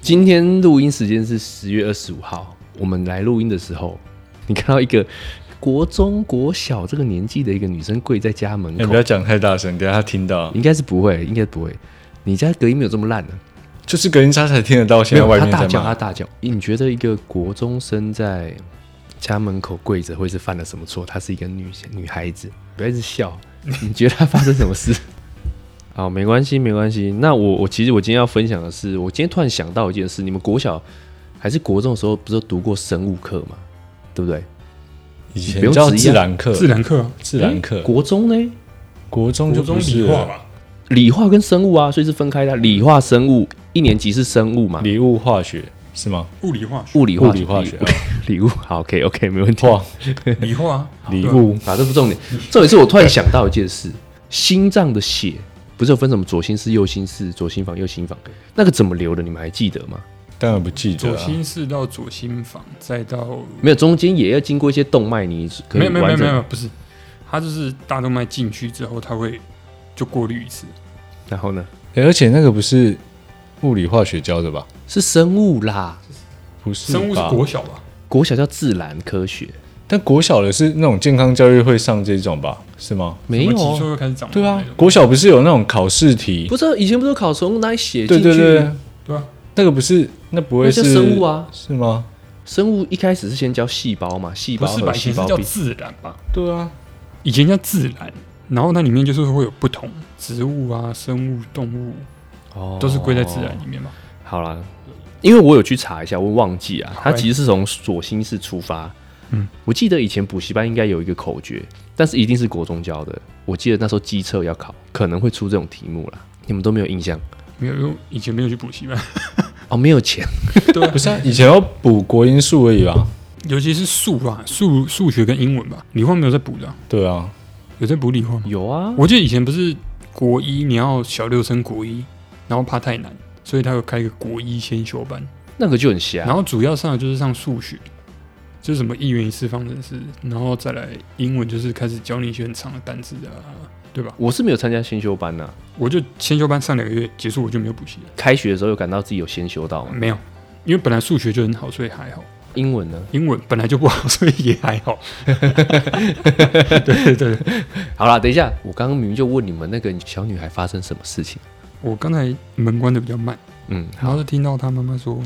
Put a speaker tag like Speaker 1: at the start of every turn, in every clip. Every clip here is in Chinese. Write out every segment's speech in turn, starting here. Speaker 1: 今天录音时间是十月二十五号，我们来录音的时候，你看到一个国中、国小这个年纪的一个女生跪在家门
Speaker 2: 哎、
Speaker 1: 口
Speaker 2: 不，要讲太大声，等一下他听到，
Speaker 1: 应该是不会，应该不会。你家隔音没有这么烂啊的、
Speaker 2: 就是隔音差才听得到。现
Speaker 1: 没
Speaker 2: 在
Speaker 1: 有
Speaker 2: 外
Speaker 1: 他
Speaker 2: 面
Speaker 1: 大
Speaker 2: 在
Speaker 1: 叫，他
Speaker 2: 骂，
Speaker 1: 大叫。你觉得一个国中生在家门口跪着会是犯了什么错？她是一个女女孩子，不要一直 笑。你觉得她发生什么事？ 好，没关系，没关系。那我我其实我今天要分享的是，我今天突然想到一件事，你们国小还是国中的时候，不是都读过生物课吗？对不对？
Speaker 2: 以
Speaker 1: 不
Speaker 2: 前
Speaker 1: 用
Speaker 2: 叫
Speaker 1: 质疑啊
Speaker 2: 自然课，
Speaker 3: 自然课啊，
Speaker 2: 自然课
Speaker 1: 诶，国中呢，
Speaker 2: 国中就
Speaker 3: 国中
Speaker 2: 不是
Speaker 3: 理化
Speaker 2: 了
Speaker 3: 吧，
Speaker 1: 理化跟生物啊，所以是分开的啊。理化、生物，一年级是生物嘛，
Speaker 2: 礼物化学是吗？
Speaker 3: 物理化学、
Speaker 1: 物理化
Speaker 2: 物理化学啊，
Speaker 1: 理物好，OK OK，没问题。
Speaker 2: 化
Speaker 3: 理化啊，
Speaker 2: 礼物
Speaker 1: 啊，这不重点，重点是我突然想到一件事：心脏的血不是有分什么左心室、右心室、左心房、右心房，那个怎么流的？你们还记得吗？
Speaker 2: 当然不记得
Speaker 3: 左
Speaker 2: 啊，
Speaker 3: 心室到左心房，再到
Speaker 1: 没有，中间也要经过一些动脉，你可
Speaker 3: 没
Speaker 1: 以
Speaker 3: 有没有
Speaker 1: 完
Speaker 3: 没有没
Speaker 1: 整。
Speaker 3: 有，不是，它就是大动脉进去之后，它会就过滤一次，
Speaker 1: 然后呢，
Speaker 2: 诶而且那个不是物理化学教的吧？
Speaker 1: 是生物啦，
Speaker 2: 不是吧
Speaker 3: 生物是国小吧？
Speaker 1: 国小叫自然科学，
Speaker 2: 但国小的是那种健康教育会上这种吧？是吗？
Speaker 1: 没有
Speaker 3: 什么脊
Speaker 1: 哦，
Speaker 3: 椎会开始长毛
Speaker 2: 对啊
Speaker 3: 那种，
Speaker 2: 国小不是有那种考试题？
Speaker 1: 不是以前不是有考从哪里写进
Speaker 2: 对
Speaker 1: 去？
Speaker 2: 对对，
Speaker 3: 对啊，
Speaker 2: 那个不是，那不
Speaker 1: 那
Speaker 2: 会
Speaker 1: 叫
Speaker 2: 是
Speaker 1: 生物啊，
Speaker 2: 是吗？
Speaker 1: 生物一开始是先教细胞嘛，细
Speaker 3: 不
Speaker 1: 胞
Speaker 3: 是
Speaker 1: 和
Speaker 3: 吧？以
Speaker 1: 细
Speaker 3: 前是
Speaker 1: 胞
Speaker 3: 叫
Speaker 1: 壁。
Speaker 3: 自然吧？
Speaker 2: 对啊，
Speaker 3: 以前叫自然，然后那里面就是会有不同植物啊、生物、动物，
Speaker 1: 哦
Speaker 3: 都是归在自然里面嘛。
Speaker 1: 好啦，因为我有去查一下，我忘记啊，它
Speaker 3: 欸
Speaker 1: 其实是从左心室出发。
Speaker 3: 嗯，
Speaker 1: 我记得以前补习班应该有一个口诀，但是一定是国中教的。我记得那时候机测要考，可能会出这种题目啦。你们都没有印象
Speaker 3: 没有，因为以前没有去补习班，
Speaker 1: 哦？没有钱，
Speaker 3: 对啊
Speaker 2: 不，是啊，以前要补国音数而已吧？
Speaker 3: 尤其是数啊，数数学跟英文吧，理化没有在补的啊、
Speaker 2: 对啊，
Speaker 3: 有在补理化吗？
Speaker 1: 有啊，
Speaker 3: 我记得以前不是国一，你要小六升国一，然后怕太难，所以他有开一个国一先修班，
Speaker 1: 那个就很瞎
Speaker 3: 然。后主要上的就是上数学，就是什么一元一次方程式，然后再来英文，就是开始教你一些很长的单词啊，对吧？
Speaker 1: 我是没有参加先修班呐、
Speaker 3: 我就先修班上两个月结束，我就没有补习了，
Speaker 1: 开学的时候有感到自己有先修到吗？
Speaker 3: 没有，因为本来数学就很好，所以还好。
Speaker 1: 英文呢？
Speaker 3: 英文本来就不好，所以也还好。对对对，
Speaker 1: 好啦，等一下，我刚刚明明就问你们那个小女孩发生什么事情。
Speaker 3: 我刚才门关的比较慢，
Speaker 1: 嗯，
Speaker 3: 然后就听到他妈妈说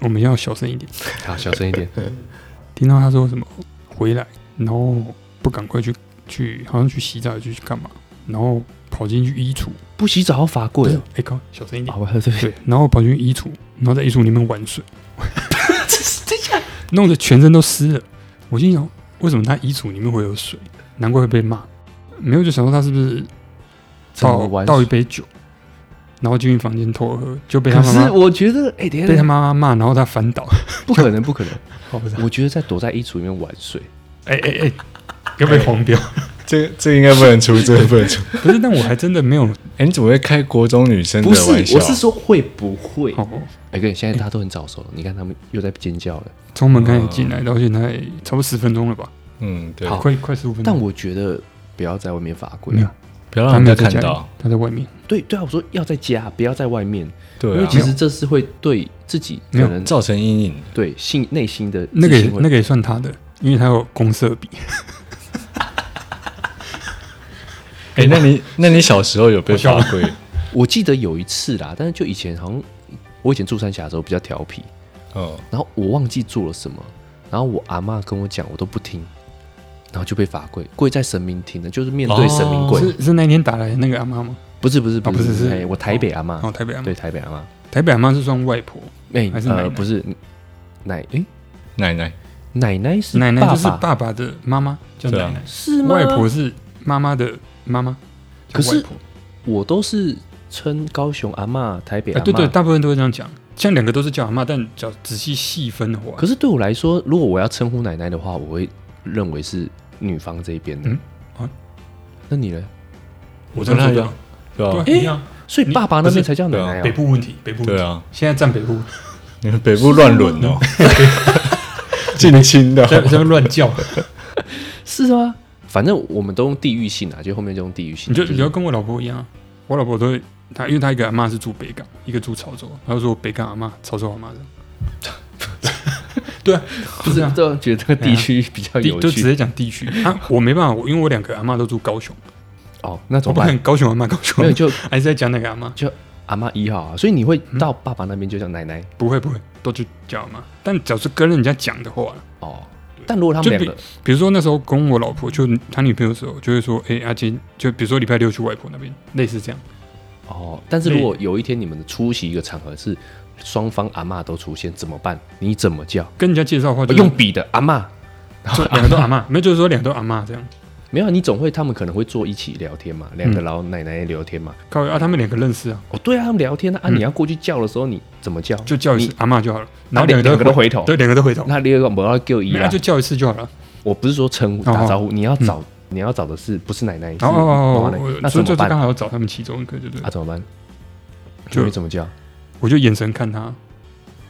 Speaker 3: 我们要小声一点。
Speaker 1: 好，小声一点。
Speaker 3: 听到他说什么回来，然后不赶快去去，好像去洗澡去去干嘛，然后跑进去衣橱，
Speaker 1: 不洗澡要罚
Speaker 3: 不
Speaker 1: 跪
Speaker 3: 是
Speaker 1: 哦。，
Speaker 3: 哎靠，小声一点，
Speaker 1: 好吧，对不起
Speaker 3: 对，然后跑进去衣橱，然后在衣橱里面玩 水，弄得全身都湿了。我心想，为什么他衣橱里面会有水？难怪会被骂。没有就想说他是不是
Speaker 1: 怎么
Speaker 3: 倒
Speaker 1: 玩
Speaker 3: 倒一
Speaker 1: 水？
Speaker 3: 杯酒，然后进去房间偷喝，就被他
Speaker 1: 可
Speaker 3: 妈
Speaker 1: 是
Speaker 3: 妈
Speaker 1: 我觉得，哎、等一下
Speaker 3: 被他妈妈骂，然后他翻倒。
Speaker 1: 不可能，不可能。
Speaker 3: 好不是
Speaker 1: 我觉得在躲在衣橱里面玩水，
Speaker 3: 哎哎哎，要被黄 标？
Speaker 2: 这这应该不能出，这个不能出。
Speaker 3: 不是，但我还真的没有
Speaker 2: 哎、你怎么会开国中女生的
Speaker 1: 不是，
Speaker 2: 玩笑？
Speaker 1: 我是说会不会？哎、
Speaker 3: 哦。
Speaker 1: 对，现在大家都很早熟了，你看他们又在尖叫了。
Speaker 3: 从门开始进来到现在差不多十分钟了吧，
Speaker 2: 嗯，对，
Speaker 1: 好
Speaker 3: 快快十五分钟。
Speaker 1: 但我觉得不要在外面罚跪啊。
Speaker 2: 不要
Speaker 3: 他
Speaker 2: 让
Speaker 3: 没有
Speaker 2: 人
Speaker 3: 在
Speaker 2: 家看
Speaker 3: 家里
Speaker 2: 到。，
Speaker 3: 他在外面，
Speaker 1: 对对啊，我说要在家，不要在外面，因
Speaker 2: 对
Speaker 1: 为
Speaker 2: 啊
Speaker 1: 其，实这是会对自己可
Speaker 3: 没
Speaker 1: 能
Speaker 2: 造成阴影。
Speaker 1: 对性内心的
Speaker 3: 那个
Speaker 1: 自
Speaker 3: 也
Speaker 1: 信会
Speaker 3: 那个也算他的，因为他有公社比。
Speaker 2: 哎、那你那你小时候有被罚跪？
Speaker 1: 我记得有一次啦，但是就以前好像我以前住三峡的时候比较调皮，
Speaker 2: 哦，
Speaker 1: 然后我忘记做了什么，然后我阿妈跟我讲，我都不听，然后就被罚跪，跪在神明厅的，就是面对神明跪。
Speaker 3: 是是那天打来的那个阿妈吗？
Speaker 1: 不是不是
Speaker 3: 哦
Speaker 1: 不是
Speaker 3: 不是是
Speaker 1: 哎我台北阿妈，
Speaker 3: 哦，台北阿妈
Speaker 1: 对，台北阿妈，
Speaker 3: 台北阿妈是算外婆，
Speaker 1: 哎、
Speaker 3: 还是奶
Speaker 1: 呃
Speaker 3: 奶
Speaker 1: 不是奶哎、
Speaker 2: 奶奶，
Speaker 1: 奶奶是
Speaker 3: 奶奶
Speaker 1: 爸
Speaker 3: 就是
Speaker 1: 爸
Speaker 3: 爸爸的妈妈叫
Speaker 2: 对
Speaker 3: 奶
Speaker 2: 啊
Speaker 3: 奶，
Speaker 1: 是吗？
Speaker 3: 外婆是妈妈的妈妈。叫
Speaker 1: 可是
Speaker 3: 外婆
Speaker 1: 我都是称高雄阿妈、台北阿
Speaker 3: 哎，
Speaker 1: 啊妈、
Speaker 3: 对对，。大部分都会这样讲。像两个都是叫阿妈，但叫仔细细分的话，
Speaker 1: 可是对我来说，如果我要称呼奶奶的话，我会认为是女方这一边的。
Speaker 3: 嗯啊
Speaker 1: 那你呢？
Speaker 3: 我这样说
Speaker 2: 跟
Speaker 3: 对
Speaker 2: 他
Speaker 3: 吧
Speaker 2: 对
Speaker 1: 哦
Speaker 2: 啊，
Speaker 3: 对啊一样。
Speaker 1: 所以
Speaker 3: 你
Speaker 1: 爸爸那
Speaker 3: 不
Speaker 1: 边
Speaker 3: 是
Speaker 1: 才叫奶奶、
Speaker 3: 北
Speaker 1: 哦。
Speaker 3: 部问题，北部问
Speaker 2: 对
Speaker 3: 题，
Speaker 2: 啊，
Speaker 3: 现在站北部，
Speaker 2: 你们北部乱伦哦， 近亲 的
Speaker 3: 在在乱叫。
Speaker 1: 是吗？反正我们都用地域性啊，就后面就用地域性。
Speaker 3: 你就是你就跟我老婆一样啊，我老婆都会他因为他一个阿妈是住北港，一个住潮州，他就说北港阿妈，潮州阿妈的。对啊，就是啊，
Speaker 1: 都觉得地区比较
Speaker 3: 地
Speaker 1: 有
Speaker 3: 就直
Speaker 1: 趣
Speaker 3: 接讲地区啊，我没办法，我因为我两个阿妈都住高雄，
Speaker 1: 哦。那怎么
Speaker 3: 我不
Speaker 1: 办
Speaker 3: 可？能高雄阿妈高雄
Speaker 1: 没
Speaker 3: 阿
Speaker 1: 有
Speaker 3: 嬷，
Speaker 1: 就
Speaker 3: 还是在讲哪个阿妈？
Speaker 1: 就阿妈一号啊，所以你会到爸爸那边就叫奶奶
Speaker 3: 不会不会，都去叫阿妈。但只要是跟人家讲的话，
Speaker 1: 哦。但如果他们
Speaker 3: 嗯就
Speaker 1: 两个
Speaker 3: 比如说那时候跟我老婆就她女朋友的时候，就会说，哎、阿金，就比如说礼拜六去外婆那边，类似这样。
Speaker 1: 哦，但是如果有一天你们出席一个场合是双方阿嬷都出现，怎么办？你怎么叫？
Speaker 3: 跟人家介绍的话、
Speaker 1: 不
Speaker 3: 就是，
Speaker 1: 用笔的阿嬷
Speaker 3: 就两个都阿妈，没有就是说两个都阿妈这样。
Speaker 1: 没有啊，你总会他们可能会坐一起聊天嘛，两个老奶奶聊天嘛。
Speaker 3: 靠啊，他们两个认识啊，
Speaker 1: 哦，对啊，他们聊天啊，啊
Speaker 3: 嗯
Speaker 1: 你要过去叫的时候你怎么叫？
Speaker 3: 就叫一次
Speaker 1: 你，
Speaker 3: 阿妈就好了。
Speaker 1: 然
Speaker 3: 然后
Speaker 1: 后
Speaker 3: 两
Speaker 1: 两
Speaker 3: 个
Speaker 1: 两个
Speaker 3: 都
Speaker 1: 都回头。
Speaker 3: 对，两个都回头，
Speaker 1: 那第二个我要叫姨
Speaker 3: 没有
Speaker 1: 啊
Speaker 3: 就，叫一次就好了。
Speaker 1: 我不是说称呼
Speaker 3: 哦
Speaker 1: 打招呼，你要找你要找的是不是奶奶？是
Speaker 3: 然后
Speaker 1: 妈妈
Speaker 3: 哦
Speaker 1: 奶
Speaker 3: 哦
Speaker 1: 奶那
Speaker 3: 哦，我
Speaker 1: 怎
Speaker 3: 所以
Speaker 1: 么
Speaker 3: 就是
Speaker 1: 办
Speaker 3: 刚？好找他们其中一个，对不对
Speaker 1: 啊，？怎么办？
Speaker 3: 就
Speaker 1: 你会怎么叫？
Speaker 3: 我就眼神看他。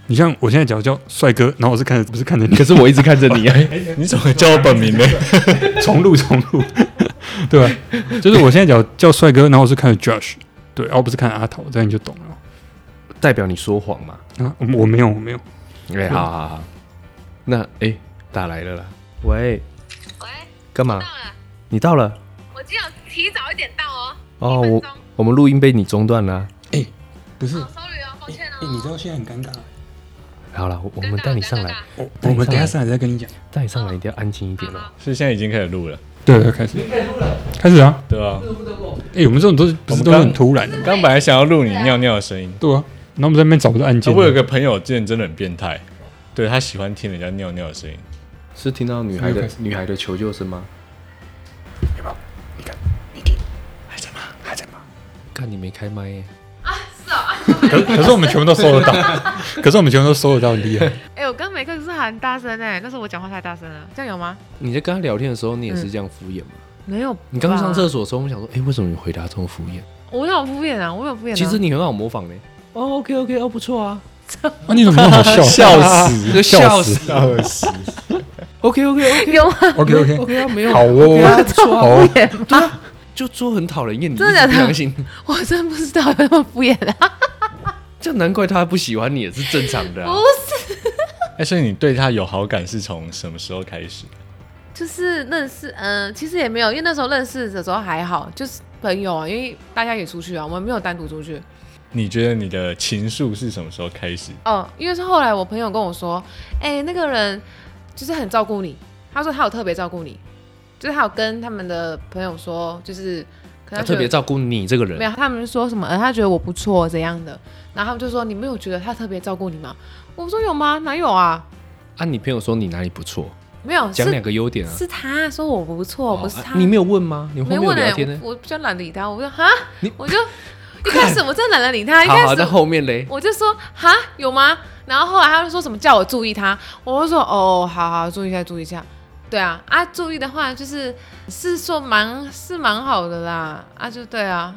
Speaker 3: 你像我现在假如叫帅哥，然后我是看着不是看着你，
Speaker 1: 可是我一直看着你啊，
Speaker 2: 你怎么叫我本 名呢？
Speaker 3: 重录重录， 对吧、就是我现在叫叫帅哥，然后我是看着 Josh，对，然后不是看着阿桃，这样你就懂了。
Speaker 1: 代表你说谎嘛？
Speaker 3: 啊，我我没有我没有，
Speaker 1: 哎，好好好，那哎，打来了啦，喂，
Speaker 4: 喂，
Speaker 1: 干嘛
Speaker 4: 到？了，
Speaker 1: 你到了？
Speaker 4: 我只有提早一点到哦，
Speaker 1: 哦，
Speaker 4: 一分
Speaker 1: 我
Speaker 4: 钟
Speaker 1: 我们录音被你中断了啊。
Speaker 3: 不是
Speaker 1: 嗯
Speaker 4: 哦，sorry 哦，抱歉
Speaker 1: 哎
Speaker 4: 哦。
Speaker 3: 道现在很尴尬，
Speaker 1: 好了，我我
Speaker 4: 尴尬
Speaker 1: 们带你上来
Speaker 4: 尴尬，
Speaker 3: 我
Speaker 1: 我们等一下
Speaker 3: 上来再跟你讲。
Speaker 1: 带你上来一定要安静一点哦。
Speaker 2: 所以现在已经开始录了，
Speaker 3: 对对，开始，开始啊！
Speaker 2: 对吧？
Speaker 3: 哎、我们这种都是不是
Speaker 2: 我们
Speaker 3: 都是很
Speaker 2: 刚
Speaker 3: 突然的吗？
Speaker 2: 刚本来想要录你尿尿的声音，啊
Speaker 3: 对啊，然后我们在那边找不到按键，
Speaker 2: 我有个朋友之前真的很变态，对他喜欢听人家尿尿的声音，
Speaker 1: 是听到女孩
Speaker 3: 没有
Speaker 1: 的
Speaker 3: 开始
Speaker 1: 女孩的求救声吗？
Speaker 3: 还在吗？还在吗？
Speaker 1: 看你没开麦耶，
Speaker 3: 可 可是我们全部都收得到，可是我们全部都收得到，很厉害。
Speaker 4: 哎、我刚没克是喊大声哎、但是我讲话太大声了，这样有吗？
Speaker 1: 你在跟她聊天的时候，你也是这样敷衍吗？
Speaker 4: 没有。
Speaker 1: 嗯你刚上厕，所的时候，我想说，哎，为什么你回答这么敷衍？
Speaker 4: 我有敷衍啊，我有敷衍、啊。
Speaker 1: 其实你很好模仿嘞。哦，OK OK，哦，不错啊
Speaker 3: 啊，你怎么那么好 笑？
Speaker 2: 笑死，
Speaker 1: 就笑死
Speaker 2: 笑死，
Speaker 1: ，OK OK OK
Speaker 4: 有吗？
Speaker 3: OK OK，
Speaker 1: OK 啊，没有
Speaker 3: 好
Speaker 1: ，OK 啊
Speaker 3: 哦，
Speaker 1: 不错
Speaker 3: 好
Speaker 1: 啊，
Speaker 3: 哦，
Speaker 4: 敷衍吗？
Speaker 1: 就做很讨人厌，你一
Speaker 4: 真
Speaker 1: 直
Speaker 4: 的假
Speaker 1: 不
Speaker 4: 的
Speaker 1: 良心，
Speaker 4: 我真不知道有那么敷衍啊！
Speaker 1: 这难怪他不喜欢你也是正常的啊
Speaker 4: 不。是，
Speaker 2: 哎，所以你对他有好感是从什么时候开始？
Speaker 4: 就是认识，嗯、其实也没有，因为那时候认识的时候还好，就是朋友啊，因为大家也出去啊，我们没有单独出去。
Speaker 2: 你觉得你的情愫是什么时候开始？
Speaker 4: 哦，因为是后来我朋友跟我说，哎、那个人就是很照顾你，他说他有特别照顾你，就是他有跟他们的朋友说，就是可
Speaker 1: 他
Speaker 4: 能他觉
Speaker 1: 特
Speaker 4: 得
Speaker 1: 别照顾你这个
Speaker 4: 没
Speaker 1: 人，
Speaker 4: 有，他们说什么，呃，他觉得我不错怎样的，然后他们就说你没有觉得他特别照顾你吗？我说有吗？哪有啊？
Speaker 1: 啊，你朋友说你哪里不错，
Speaker 4: 没有，
Speaker 1: 讲
Speaker 4: 是
Speaker 1: 两个优点啊。
Speaker 4: 是他说我不错，不
Speaker 1: 哦
Speaker 4: 是
Speaker 1: 啊
Speaker 4: 他。
Speaker 1: 你没有问吗？你后
Speaker 4: 没
Speaker 1: 面有
Speaker 4: 问哎、
Speaker 1: 聊天呢？
Speaker 4: 我我比较懒得理他，我就哈
Speaker 1: 你，
Speaker 4: 我就一开始我真的懒得理他，一
Speaker 1: 好
Speaker 4: 开
Speaker 1: 好，
Speaker 4: 始
Speaker 1: 在后面嘞。
Speaker 4: 我就说哈有吗？然后后来他就说什么叫我注意他，我就说哦，好好注意一下，注意一下。对啊，啊注意的话就是是说蛮是蛮好的啦，啊就对啊，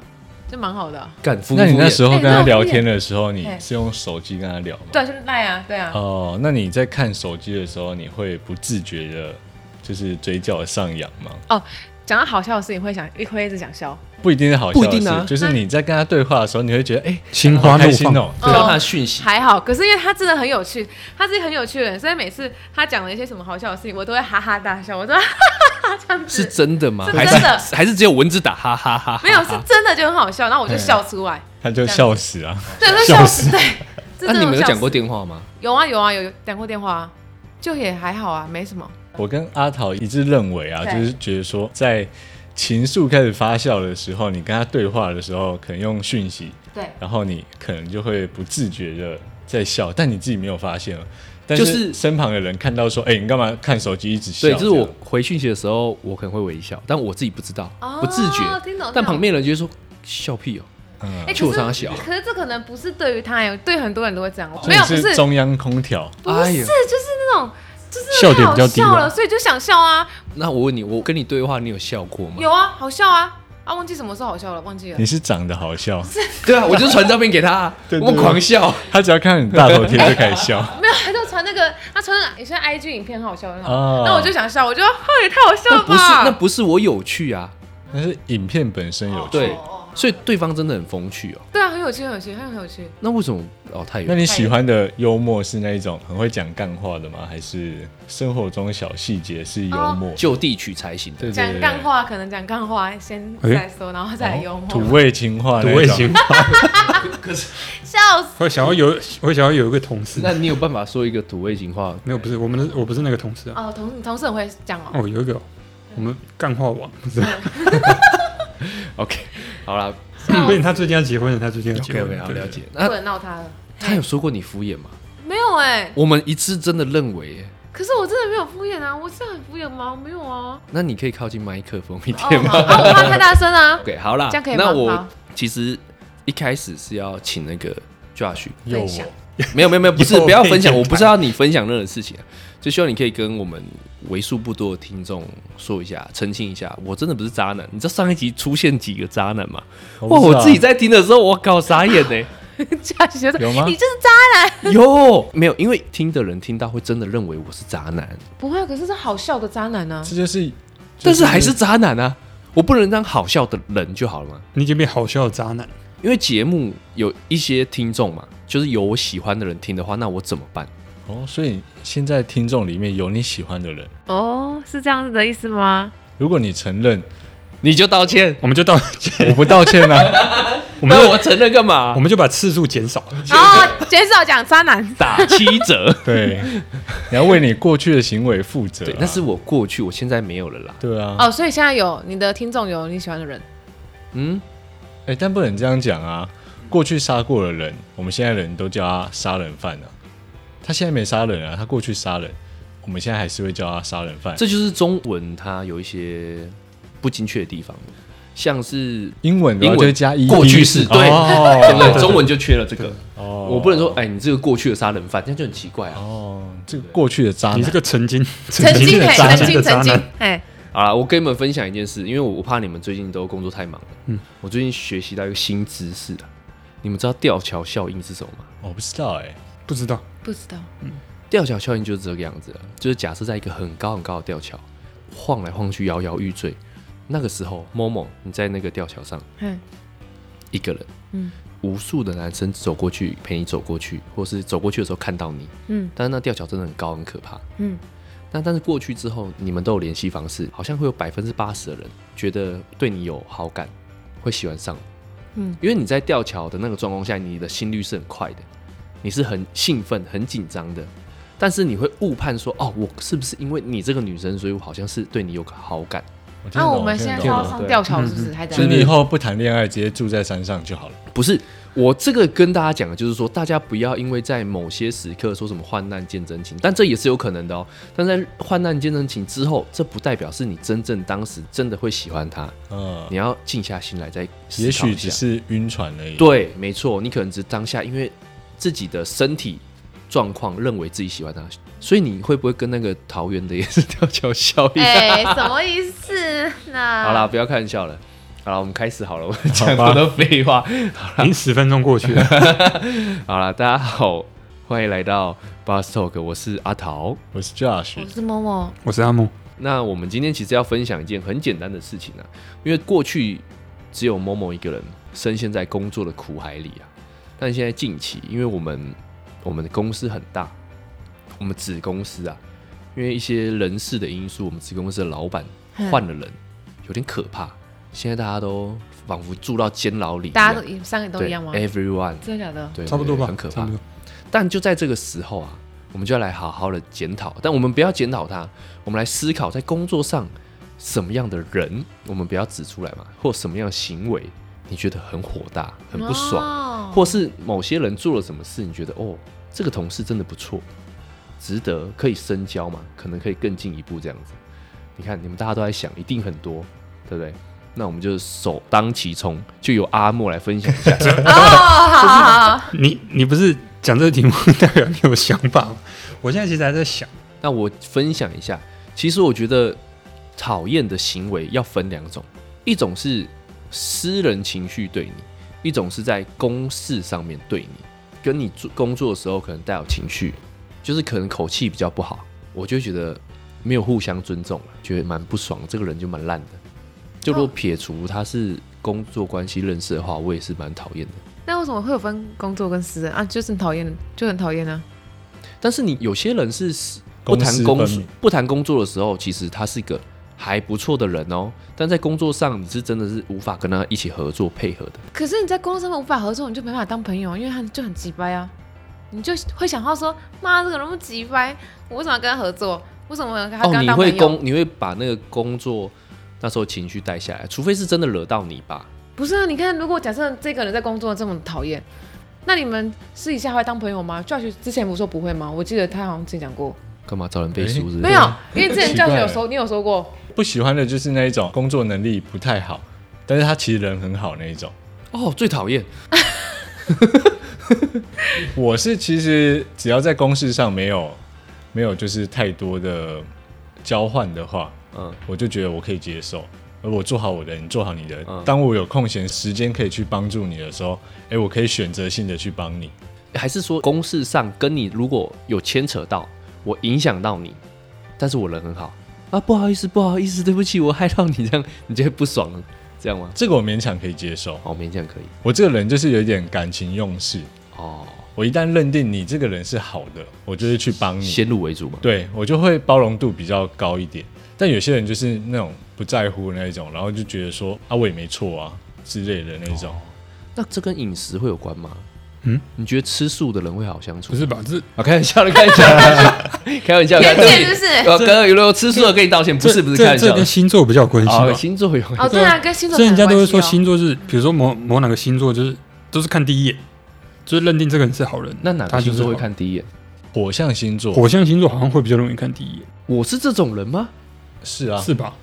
Speaker 4: 就蛮好的啊、
Speaker 1: 干，敷
Speaker 2: 那你那时
Speaker 1: 候
Speaker 2: 候跟他
Speaker 4: 哎那我
Speaker 2: 聊天的时候，你
Speaker 4: 哎
Speaker 2: 是用手机跟他聊吗？
Speaker 4: 对啊，就是赖啊，对啊，
Speaker 2: 哦，那你在看手机的时候，你会不自觉的，就是嘴角上扬吗？
Speaker 4: 讲到好笑的事情会想会一直想笑，
Speaker 2: 不一定是好笑的事，
Speaker 1: 不一定啊
Speaker 2: 就是你在跟他对话的时候，你会觉得哎，
Speaker 3: 心
Speaker 2: 好
Speaker 3: 花
Speaker 2: 开
Speaker 3: 怒
Speaker 2: 心
Speaker 3: 放。
Speaker 2: 哦。
Speaker 1: 看到他的讯息，
Speaker 4: 还好。可是因为他真的很有趣，他是一个很有趣的人，所以每次他讲了一些什么好笑的事情，我都会哈哈大笑，我都 会哈哈哈这样子。
Speaker 1: 是真的吗？
Speaker 4: 是
Speaker 1: 还
Speaker 4: 真的
Speaker 1: 是 还是只有蚊子打哈哈哈哈？
Speaker 4: 没有是真的就很好笑，然后我就笑出来，
Speaker 2: 他就笑死啊！
Speaker 4: 对，我就
Speaker 3: 笑
Speaker 4: 笑死，对。这
Speaker 1: 那
Speaker 4: 真的
Speaker 1: 你们有
Speaker 4: 笑
Speaker 1: 讲过
Speaker 4: 死
Speaker 1: 电话吗？
Speaker 4: 有啊有啊有有讲过电话啊，就也还好啊，没什么。
Speaker 2: 我跟阿桃一致认为啊，
Speaker 4: 对
Speaker 2: 就是觉得说，在情愫开始发酵的时候，你跟他对话的时候，可能用讯息，
Speaker 4: 对，
Speaker 2: 然后你可能就会不自觉的在笑，但你自己没有发现了。哦但
Speaker 1: 就是是
Speaker 2: 身旁的人看到说，哎、你干嘛看手机一直笑？
Speaker 1: 对，就是
Speaker 2: 这样
Speaker 1: 我回讯息的时候，我可能会微笑，但我自己不知道
Speaker 4: 哦，
Speaker 1: 不自觉
Speaker 4: 听懂。
Speaker 1: 但旁
Speaker 4: 听懂
Speaker 1: 边人就会说笑屁哦，
Speaker 4: 哎、
Speaker 1: 就我
Speaker 4: 可是
Speaker 1: 常常小哦
Speaker 4: 可是这可能不是对于他耶，对很多人都会这样。
Speaker 2: 所以
Speaker 4: 没有，
Speaker 2: 你
Speaker 4: 不是
Speaker 2: 是中央空调，
Speaker 4: 不
Speaker 1: 哎
Speaker 4: 是，
Speaker 1: 呀
Speaker 4: 就是那种。就是
Speaker 3: 笑点
Speaker 4: 太好
Speaker 3: 比较低吧
Speaker 4: 笑了，所以就想笑啊，
Speaker 1: 那我问你，我跟你对话，你有笑过吗？
Speaker 4: 有啊，好笑啊，啊，忘记什么时候好笑了，忘记了
Speaker 1: 嗯
Speaker 2: 你。是长得好笑，
Speaker 1: 对啊，我就传照片给他啊，
Speaker 2: 对对
Speaker 1: 我狂笑。
Speaker 2: 他只要看到你大头贴就开始 笑。
Speaker 4: 没有，他就传那个，他传那个，你现在 IG 影片很好笑，很好笑。
Speaker 2: 哦
Speaker 4: 那我就想笑，我就，呵，也太好笑
Speaker 1: 啊那
Speaker 4: 了
Speaker 1: 不是，那
Speaker 4: 吧？
Speaker 1: 不是我有趣啊，
Speaker 2: 但是影片本身有趣，
Speaker 1: 对
Speaker 4: 哦哦
Speaker 1: 所以对方真的很风趣哦。
Speaker 4: 对啊，很有趣，很有趣，很有趣。
Speaker 1: 那为什么哦？太有
Speaker 2: 那你喜欢的幽默是那一种很会讲干话的吗？还是生活中小细节是幽默？
Speaker 1: 哦就地取材型的，
Speaker 2: 对对
Speaker 4: 讲
Speaker 2: 对
Speaker 4: 干
Speaker 2: 对，
Speaker 4: 话可能讲干话先
Speaker 3: 哎
Speaker 4: 再说，然后再来幽默，
Speaker 2: 土味情话那种，
Speaker 3: 我也行，
Speaker 4: 笑死。
Speaker 3: 我想要有，我想要有一个同事，
Speaker 1: 那你有办法说一个土味情 话？
Speaker 3: 没有，不是我们的，我不是那个同事啊。
Speaker 4: 哦，同同事很会讲哦，
Speaker 3: 哦，有一个我们干话王，不是，
Speaker 1: OK，好啦
Speaker 4: 笑
Speaker 3: 不是
Speaker 4: 死
Speaker 3: 他最近要结婚了，他最近要结
Speaker 1: ，OK
Speaker 3: 婚
Speaker 1: OK，
Speaker 3: 了，
Speaker 1: 好
Speaker 3: 对
Speaker 1: 了。解。
Speaker 4: 不
Speaker 1: 那
Speaker 4: 能闹他了。
Speaker 1: 他有说过你敷衍吗？
Speaker 4: 没有哎、
Speaker 1: 我们一致真的认为耶，
Speaker 4: 可是我真的没有敷衍啊，我是很敷衍吗？没有啊。
Speaker 1: 那你可以靠近麦克风一
Speaker 4: 哦，
Speaker 1: 点吗
Speaker 4: 好啊，我怕太大声 啊。
Speaker 1: ？OK，好啦
Speaker 4: 这样可以，吗
Speaker 1: 那我
Speaker 4: 好
Speaker 1: 其实一开始是要请那个 Josh，
Speaker 2: 有
Speaker 4: 分享
Speaker 2: 我。
Speaker 1: 没有没有没有，不是
Speaker 2: 又
Speaker 1: 不要
Speaker 2: 被
Speaker 1: 分享，
Speaker 2: 检
Speaker 1: 我不是要你分享任何事情、啊，就希望你可以跟我们为数不多的听众说一下，澄清一下，我真的不是渣男。你知道上一集出现几个渣男吗？
Speaker 2: 我
Speaker 1: 哇，
Speaker 2: 不知道
Speaker 1: 我自己在听的时候，我搞傻眼呢、
Speaker 4: 嘉许觉得
Speaker 2: 有吗
Speaker 4: 你就是渣，
Speaker 1: 有没有？因为听的人听到会真的认为我是渣男，
Speaker 4: 不会啊，可是是好笑的渣男啊。
Speaker 2: 这就是，
Speaker 1: 但是还是渣男啊！我不能当好笑的人就好了嘛。
Speaker 3: 你已经变好笑的渣男，
Speaker 1: 因为节目有一些听众嘛，就是有我喜欢的人听的话，那我怎么办？
Speaker 2: 哦，所以现在听众里面有你喜欢的人，
Speaker 4: 哦，是这样子的意思吗？
Speaker 2: 如果你承认，
Speaker 1: 你就道歉，
Speaker 3: 我们就到，
Speaker 2: 我不道歉 啊，
Speaker 3: 我们
Speaker 1: 那
Speaker 3: 就
Speaker 1: 我承认干嘛
Speaker 3: 我？们就把次数减少，
Speaker 4: 哦，减少讲渣男。
Speaker 1: 打七折。
Speaker 2: 对，你要为你过去的行为负责啊、
Speaker 1: 对，那是我过去，我现在没有了啦。
Speaker 2: 对啊，哎、
Speaker 4: 哦，所以现在有你的听众有你喜欢的人，
Speaker 1: 嗯，
Speaker 2: 哎但不能这样讲啊，过去杀过的人，我们现在人都叫他杀人犯啊，他现在没杀人啊，他过去杀人，我们现在还是会叫他杀人犯，
Speaker 1: 这就是中文它有一些不精确的地方，像是
Speaker 2: 英文的话
Speaker 1: 英文
Speaker 2: 就会加 e
Speaker 1: 过去式对对不
Speaker 2: 哦，
Speaker 1: 对？中文就缺了这个。
Speaker 2: 哦
Speaker 1: 我不能说，哎，你这个过去的杀人犯，这样就很奇怪啊。
Speaker 2: 哦，这个过去的渣
Speaker 3: 你
Speaker 2: 男
Speaker 3: 这，个曾经
Speaker 4: 曾经
Speaker 3: 的
Speaker 4: 嘿，
Speaker 3: 渣
Speaker 4: 曾
Speaker 3: 男
Speaker 4: 经
Speaker 3: 的渣
Speaker 4: 曾经
Speaker 3: 男，
Speaker 4: 哎，
Speaker 1: 好啦，我跟你们分享一件事，因为我我怕你们最近都工作太忙了。嗯，我最近学习到一个新知识啊，你们知道吊桥效应是什么吗？
Speaker 2: 我不知道哎、
Speaker 3: 不知道，
Speaker 4: 不知道
Speaker 1: 吊桥效应就是这个样子啊，就是假设在一个很高很高的吊桥晃来晃去，摇摇欲坠，那个时候，某某你在那个吊桥上。
Speaker 4: 嘿，
Speaker 1: 一个人，
Speaker 4: 嗯
Speaker 1: 无数的男生走过去陪你走过去，或是走过去的时候看到你，
Speaker 4: 嗯
Speaker 1: 但是那吊桥真的很高很可怕。
Speaker 4: 嗯，
Speaker 1: 那但是过去之后，你们都有联系方式，好像会有百分之八十的人觉得对你有好感，会喜欢上你。
Speaker 4: 嗯，
Speaker 1: 因为你在吊桥的那个状况下，你的心率是很快的，你是很兴奋、很紧张的，但是你会误判说，哦，我是不是因为你这个女生，所以我好像是对你有个好感？
Speaker 2: 我听
Speaker 4: 那
Speaker 2: 得懂
Speaker 4: 啊我们现在
Speaker 2: 听
Speaker 4: 是
Speaker 2: 得懂
Speaker 4: 要上吊桥是不是？还
Speaker 2: 所
Speaker 4: 在
Speaker 2: 以你以后不谈恋爱，直接住在山上就好了。
Speaker 1: 不是，我这个跟大家讲的就是说，大家不要因为在某些时刻说什么患难见真情，但这也是有可能的哦。但在患难见真情之后，这不代表是你真正当时真的会喜欢他，
Speaker 2: 嗯，
Speaker 1: 你要静下心来再思
Speaker 2: 也
Speaker 1: 考一
Speaker 2: 许
Speaker 1: 下。
Speaker 2: 只是晕船而已。，
Speaker 1: 对，没错，你可能只是当下因为自己的身体状况认为自己喜欢他，所以你会不会跟那个桃园的也是吊桥效应？
Speaker 4: 哎，什么意思呢？
Speaker 1: 好啦，，不要开玩笑了。好了，我们开始好了。我
Speaker 2: 好
Speaker 1: 讲
Speaker 2: 吧
Speaker 1: 很多废话，
Speaker 3: 已经十分钟过去了，
Speaker 1: 好了，大家好，欢迎来到 Bus Talk，我是阿桃。
Speaker 2: 我是 Josh，
Speaker 4: 我是默默，
Speaker 3: 我是阿木，
Speaker 1: 那我们今天其实要分享一件很简单的事情啊，因为过去只有某某一个人深陷在工作的苦海里啊，但现在近期，因为我们我们的公司很大，我们子公司啊，因为一些人事的因素，我们子公司的老板
Speaker 4: 嗯
Speaker 1: 换了人，有点可怕。现在大家都仿佛住到监牢里一样，
Speaker 4: 大家都三个都
Speaker 1: 对哎
Speaker 4: 一样吗？
Speaker 1: ？Everyone，
Speaker 4: 真的假的？
Speaker 1: 对，
Speaker 3: 差不多吧，
Speaker 1: 很可
Speaker 3: 差
Speaker 1: 怕
Speaker 3: 不。多
Speaker 1: 但就在这个时候啊，我们就要来好好的检讨，但我们不要检讨他，我们来思考在工作上什么样的人，我们不要指出来嘛，或什么样的行为你觉得很火大、很不爽，
Speaker 4: 爽
Speaker 1: 或是某些人做了什么事，你觉得哦，这个同事真的不错，值得可以深交嘛，可能可以更进一步这样子。你看，你们大家都在想，一定很多，对不对？那我们就首当其冲，就由阿莫来分享一下。
Speaker 4: 哦，好好好，
Speaker 3: 你你不是讲这个题目代表你有想法吗？我现在其实还在想，
Speaker 1: 那我分享一下，其实我觉得讨厌的行为要分两种，一种是私人情绪对你，一种是在公事上面对你，跟你做工作的时候可能带有情绪，就是可能口气比较不好，我就会觉得没有互相尊重了，觉得蛮不爽，这个人就蛮烂的。就如果撇除他是工作关系认识的话，我也是蛮讨厌的。
Speaker 4: 那为什么会有分工作跟私人啊？就是很讨厌，就很讨厌啊。
Speaker 1: 但是你有些人是不谈
Speaker 2: 公
Speaker 1: 工
Speaker 2: 私分
Speaker 1: 作
Speaker 2: 明
Speaker 1: 不谈工作的时候，其实他是一个还不错的人哦，但在工作上你是真的是无法跟他一起合作配合的。
Speaker 4: 可是你在公司上无法合作，你就没办法当朋友啊，因为他就很鸡掰啊，你就会想到说，妈，这个人那么鸡掰，我为什么要跟他合作？为什么要跟他
Speaker 1: 哦，
Speaker 4: 当
Speaker 1: 你
Speaker 4: 朋
Speaker 1: 会
Speaker 4: 友？
Speaker 1: 工你会把那个工作那时候情绪带下来，除非是真的惹到你吧。
Speaker 4: 不是啊，你看，如果假设这个人在工作这么讨厌，那你们私底下会当朋友吗？Josh 之前不是说不会吗？我记得他好像自己讲过，
Speaker 1: 干嘛找人背书？是不是
Speaker 4: 没有，因为之前
Speaker 2: 奇怪
Speaker 4: Josh 有说，你有说过，
Speaker 2: 不喜欢的就是那一种工作能力不太好，但是他其实人很好那一种。
Speaker 1: 哦，最讨厌
Speaker 2: 我是其实只要在公事上没有没有就是太多的交换的话，
Speaker 1: 嗯
Speaker 2: 嗯，我就觉得我可以接受。而我做好我的，你做好你的。
Speaker 1: 嗯
Speaker 2: 当我有空闲时间可以去帮助你的时候，哎、我可以选择性的去帮你。
Speaker 1: 还是说公事上跟你如果有牵扯到，我影响到你，但是我人很好啊，不好意思，不好意思，对不起，我害到你，这样你就会不爽了，这样吗？
Speaker 2: 这个我勉强可以接受。
Speaker 1: 哦，勉强可以
Speaker 2: 我这个人就是有一点感情用事，
Speaker 1: 哦，
Speaker 2: 我一旦认定你这个人是好的，我就是去帮你。
Speaker 1: 先入为主嘛。
Speaker 2: 对我就会包容度比较高一点。但有些人就是那种不在乎那一种，然后就觉得说啊我也没错啊之类的那
Speaker 3: 哦
Speaker 2: 种。
Speaker 1: 那这跟饮食会有关吗？
Speaker 3: 嗯，
Speaker 1: 你觉得吃素的人会好相处
Speaker 3: 不？是吧？这
Speaker 1: 啊，开玩笑的，开玩笑的， 开玩笑的，
Speaker 4: 偏
Speaker 1: 开玩笑
Speaker 4: 见
Speaker 1: 的。
Speaker 4: 是不是？
Speaker 1: 呃，刚刚有没有吃素的跟你道歉？不是，不是，
Speaker 3: 这
Speaker 1: 开玩
Speaker 3: 这
Speaker 1: 笑
Speaker 3: 跟
Speaker 1: 的。
Speaker 3: 星座比较有关系吧
Speaker 1: 哦，？星座有关
Speaker 4: 哦，对啊，跟星座
Speaker 3: 所以人家
Speaker 4: 很
Speaker 3: 都
Speaker 4: 有
Speaker 3: 会
Speaker 4: 关
Speaker 3: 说
Speaker 4: 系哦
Speaker 3: 星座是，比如说某某哪个星座就是都是看第一眼，就是认定这个人是好人。
Speaker 1: 那哪
Speaker 3: 他
Speaker 1: 个
Speaker 3: 就
Speaker 1: 星
Speaker 3: 是
Speaker 1: 座会
Speaker 3: 好？
Speaker 1: 看第一眼？
Speaker 2: 火象星座
Speaker 3: 火象星座好像会比较容易看第一眼，
Speaker 1: 我是这种人吗？
Speaker 2: 是啊，
Speaker 3: 是吧？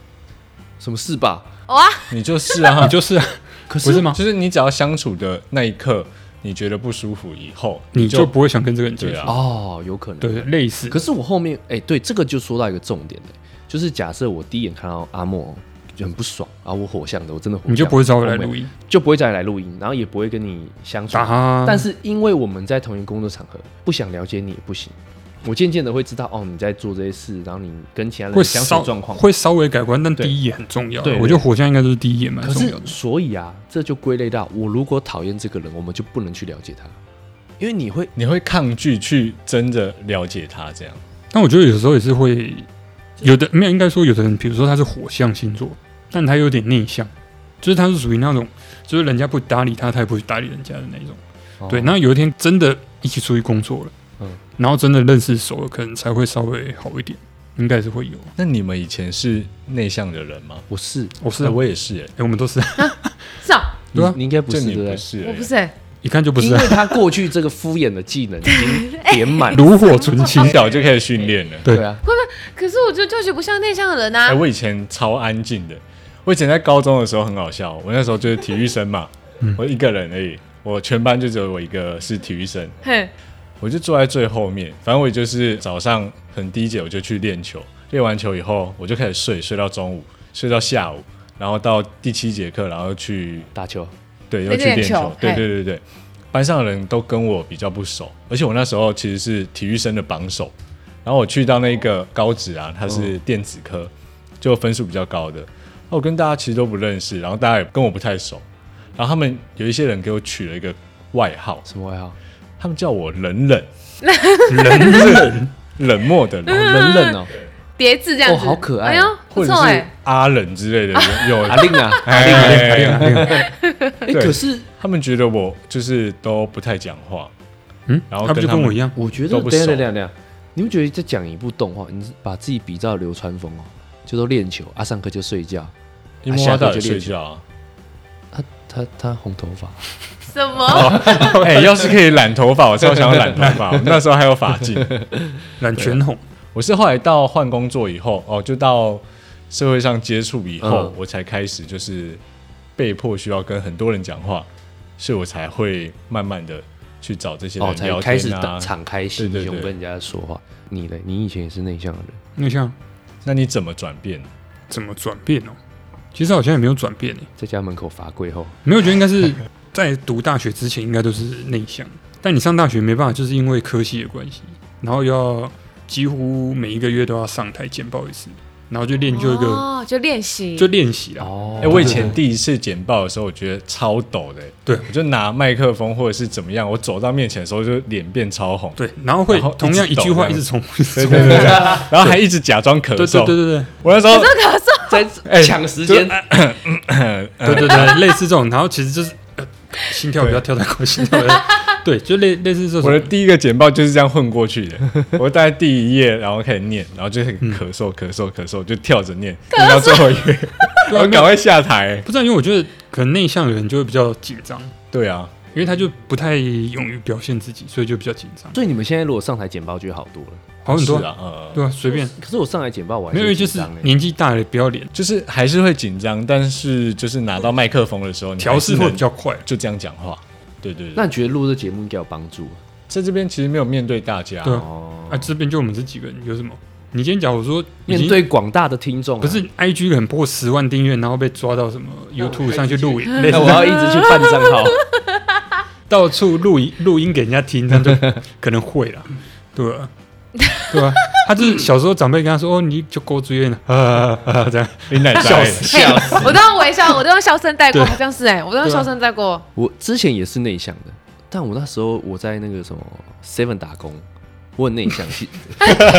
Speaker 1: 什么事吧？
Speaker 4: 哇，
Speaker 2: 你就是啊，
Speaker 3: 你就是啊，
Speaker 1: 可
Speaker 3: 不
Speaker 1: 是
Speaker 3: 是 吗？
Speaker 2: 就是你只要相处的那一刻，你觉得不舒服以后，
Speaker 3: 你就
Speaker 2: 就
Speaker 3: 不会想跟这个人接
Speaker 2: 对
Speaker 3: 触
Speaker 2: 啊。
Speaker 1: 哦，有可能。
Speaker 3: 对，类似。
Speaker 1: 可是我后面，哎、对，这个就说到一个重点、欸、就是假设我第一眼看到阿莫就很不爽啊，我火象的，我真的火象的，
Speaker 3: 你就不会找我来
Speaker 1: 没
Speaker 3: 录音，
Speaker 1: 就不会找你来录音，然后也不会跟你相处。
Speaker 3: 打哈。
Speaker 1: 但是因为我们在同一个工作场合，不想了解你也不行。我渐渐的会知道，哦，你在做这些事，然后你跟其他人
Speaker 3: 会
Speaker 1: 相处
Speaker 3: 稍
Speaker 1: 的状况。
Speaker 3: 会稍微改观，但
Speaker 1: 对
Speaker 3: 第一眼很重要。
Speaker 1: 对对
Speaker 3: 我觉得火象应该就是第一眼蛮
Speaker 1: 可
Speaker 3: 重
Speaker 1: 是
Speaker 3: 要的，。
Speaker 1: 所以啊，这就归类到我如果讨厌这个人，我们就不能去了解他，因为你会
Speaker 2: 你会抗拒去真的了解他这样。
Speaker 3: 但我觉得有时候也是会有的，没有应该说有的人，比如说他是火象星座，但他有点内向，就是他是属于那种，就是人家不搭理他，他也不会搭理人家的那种。对，
Speaker 1: 哦
Speaker 3: 那有一天真的一起出去工作了，
Speaker 1: 嗯
Speaker 3: 然后真的认识熟了，可能才会稍微好一点，应该是会有。
Speaker 2: 那你们以前是内向的人吗？
Speaker 1: 我是
Speaker 3: 我、是、
Speaker 2: 哎
Speaker 3: 啊，我
Speaker 2: 我也是、欸，
Speaker 3: 我们都是啊，
Speaker 4: 是啊，
Speaker 3: 对啊
Speaker 1: 你你应该不
Speaker 2: 就是你
Speaker 1: 对不
Speaker 2: 不
Speaker 1: 对？
Speaker 2: 是、欸，
Speaker 4: 我不是、欸，
Speaker 3: 一看就不
Speaker 1: 因
Speaker 3: 是、啊，
Speaker 1: 为，他过去这个敷衍的技能已 经点满
Speaker 3: 炉火纯 青
Speaker 2: 从。小就开始训练了。
Speaker 3: 对
Speaker 1: 对啊，
Speaker 4: 可是我觉得 Josh 不像内向的人啊
Speaker 2: 哎、。我以前超安静的。我以前在高中的时候很好笑，我那时候就是体育生嘛，我一个人而已，我全班就只有我一个是体育生，
Speaker 4: 嘿，
Speaker 2: 我就坐在最后面。反正我也就是早上很低节我就去练球，练完球以后我就开始睡，睡到中午，睡到下午，然后到第七节课，然后去
Speaker 1: 打球
Speaker 2: 对，又
Speaker 4: 练
Speaker 2: 去
Speaker 4: 练
Speaker 2: 练
Speaker 4: 球
Speaker 2: 球，对
Speaker 4: 嘿
Speaker 2: 对对对。班上的人都跟我比较不熟，而且我那时候其实是体育生的榜首。然后我去到那个高职啊，它
Speaker 4: 嗯
Speaker 2: 是电子科，就分数比较高的。那我跟大家其实都不认识，然后大家也跟我不太熟。然后他们有一些人给我取了一个外号，
Speaker 1: 什么爱 好？
Speaker 2: 他们叫我冷 冷，
Speaker 3: 人冷，
Speaker 2: 冷漠的冷，
Speaker 1: 冷冷哦，
Speaker 4: 叠字这样子，
Speaker 1: 哦好可爱
Speaker 4: 哎呦，嗯不
Speaker 2: 或者
Speaker 4: 错
Speaker 2: 是
Speaker 4: 哎、
Speaker 2: 阿冷之 类的，有有
Speaker 1: 阿令啊，
Speaker 2: 哎，
Speaker 1: 哎，
Speaker 2: 对
Speaker 1: 可是
Speaker 2: 他们觉得我就是都不太讲话，
Speaker 3: 嗯，
Speaker 2: 然后
Speaker 3: 他不就
Speaker 2: 跟他
Speaker 3: 跟
Speaker 2: 们
Speaker 3: 我一样？
Speaker 1: 我觉得
Speaker 2: 都不
Speaker 1: 等一下
Speaker 2: 熟
Speaker 1: 等一下等一下，你们觉得在讲一部动画，你把自己比照流川枫哦，就都练球啊，上课就睡觉，
Speaker 2: 一摸
Speaker 1: 下
Speaker 2: 到
Speaker 1: 课
Speaker 2: 到
Speaker 1: 就
Speaker 2: 底
Speaker 1: 练
Speaker 2: 睡
Speaker 1: 球
Speaker 2: 觉啊。
Speaker 1: 他他他红头发，
Speaker 4: 什么？
Speaker 2: 哎、要是可以染头发，我超想要染头发。我那时候还有发镜，
Speaker 1: 啊
Speaker 3: 染全红，
Speaker 2: 我是后来到换工作以后，哦，就到社会上接触以后，
Speaker 1: 嗯
Speaker 2: 我才开始就是被迫需要跟很多人讲话，所以我才会慢慢的去找这些
Speaker 1: 哦，
Speaker 2: 人
Speaker 1: 才
Speaker 2: 聊
Speaker 1: 开始
Speaker 2: 天
Speaker 1: 打
Speaker 2: 啊。
Speaker 1: 敞开心
Speaker 2: 对对
Speaker 1: 胸
Speaker 2: 对
Speaker 1: 跟人家说话。你嘞，你以前也是内向的人，
Speaker 3: 内向
Speaker 2: 那你怎么转变？
Speaker 3: 哦怎么转变哦？其实好像也没有转变诶、欸
Speaker 1: 在家门口罚跪后，
Speaker 3: 没有，我觉得应该是在读大学之前应该都是内向，但你上大学没办法，就是因为科系的关系，然后要几乎每一个月都要上台简报一次，然后就练就一个、
Speaker 4: 哦，就练习，
Speaker 3: 就练习啊啦。
Speaker 1: 哦
Speaker 2: 哎、我以前第一次简报的时候，我觉得超抖的、欸
Speaker 3: 对
Speaker 2: 我就拿麦克风或者是怎么样，我走到面前的时候，就脸变超红，
Speaker 3: 对，然后会
Speaker 2: 然后一直
Speaker 3: 同样一句
Speaker 2: 抖
Speaker 3: 话
Speaker 2: 这样
Speaker 3: 一直重复，
Speaker 2: 对对对对，然后还一直假装咳
Speaker 3: 对
Speaker 2: 嗽
Speaker 3: 对对，对
Speaker 2: 我那时候
Speaker 4: 这个是
Speaker 1: 在
Speaker 2: 哎
Speaker 1: 抢时间，
Speaker 3: 对对对，类似这种，然后其实就是呃心跳不要跳太快，心跳 不要，对，就类类似这
Speaker 2: 我的
Speaker 3: 种，
Speaker 2: 第一个简报就是这样混过去的，我大概第一页，然后开始念，然后就是
Speaker 3: 嗯
Speaker 2: 咳嗽咳嗽咳嗽，就跳着念，念到最后一 页，
Speaker 3: 对啊
Speaker 2: 我赶快下台。
Speaker 3: 不知道，因为我觉得可能内向的人就会比较紧张，
Speaker 2: 对啊，
Speaker 3: 因为他就不太勇于表现自己，所以就比较紧张，
Speaker 1: 所以你们现在如果上台简报就好多了。
Speaker 3: 好很多
Speaker 2: 是，啊，呃，
Speaker 3: 对啊，随便，
Speaker 1: 可是我上来简报我还
Speaker 3: 没有，因为就
Speaker 1: 紧
Speaker 3: 是
Speaker 1: 张欸
Speaker 3: 年纪大了不要脸，
Speaker 2: 就是还是会紧张，但是就是拿到麦克风的时候，你
Speaker 3: 调试
Speaker 2: 还
Speaker 3: 会
Speaker 2: 是
Speaker 3: 比
Speaker 2: 能
Speaker 3: 较
Speaker 1: 哦
Speaker 3: 快，
Speaker 2: 就这样讲话。对对对，
Speaker 1: 那你觉得录这节目应该有帮助吗？
Speaker 2: 在这边其实没有面对大家，
Speaker 3: 对啊
Speaker 1: 哦，
Speaker 3: 啊，这边就我们这几个人有什么？你今天假如说已
Speaker 1: 面
Speaker 3: 经
Speaker 1: 对广大的听众啊，
Speaker 3: 不是 IG 可能破十万订阅，然后被抓到什么
Speaker 1: 哦
Speaker 3: YouTube 上去录影， 类似
Speaker 1: 那我要一直去办账 号。
Speaker 3: 到处录音录音给人家听，那就可能会 啦，对吧、对吧、他就是小时候长辈跟他说：“哦，你就勾住院啊啊啊啊！”这样
Speaker 2: 林 奶笑死，
Speaker 4: 嘿 我都用微笑，我都用笑声带过，好像是哎，我都用
Speaker 3: 对啊
Speaker 4: 笑声带过。
Speaker 1: 我之前也是内向的，但我那时候我在那个什么 Seven 打工，我很内向， 其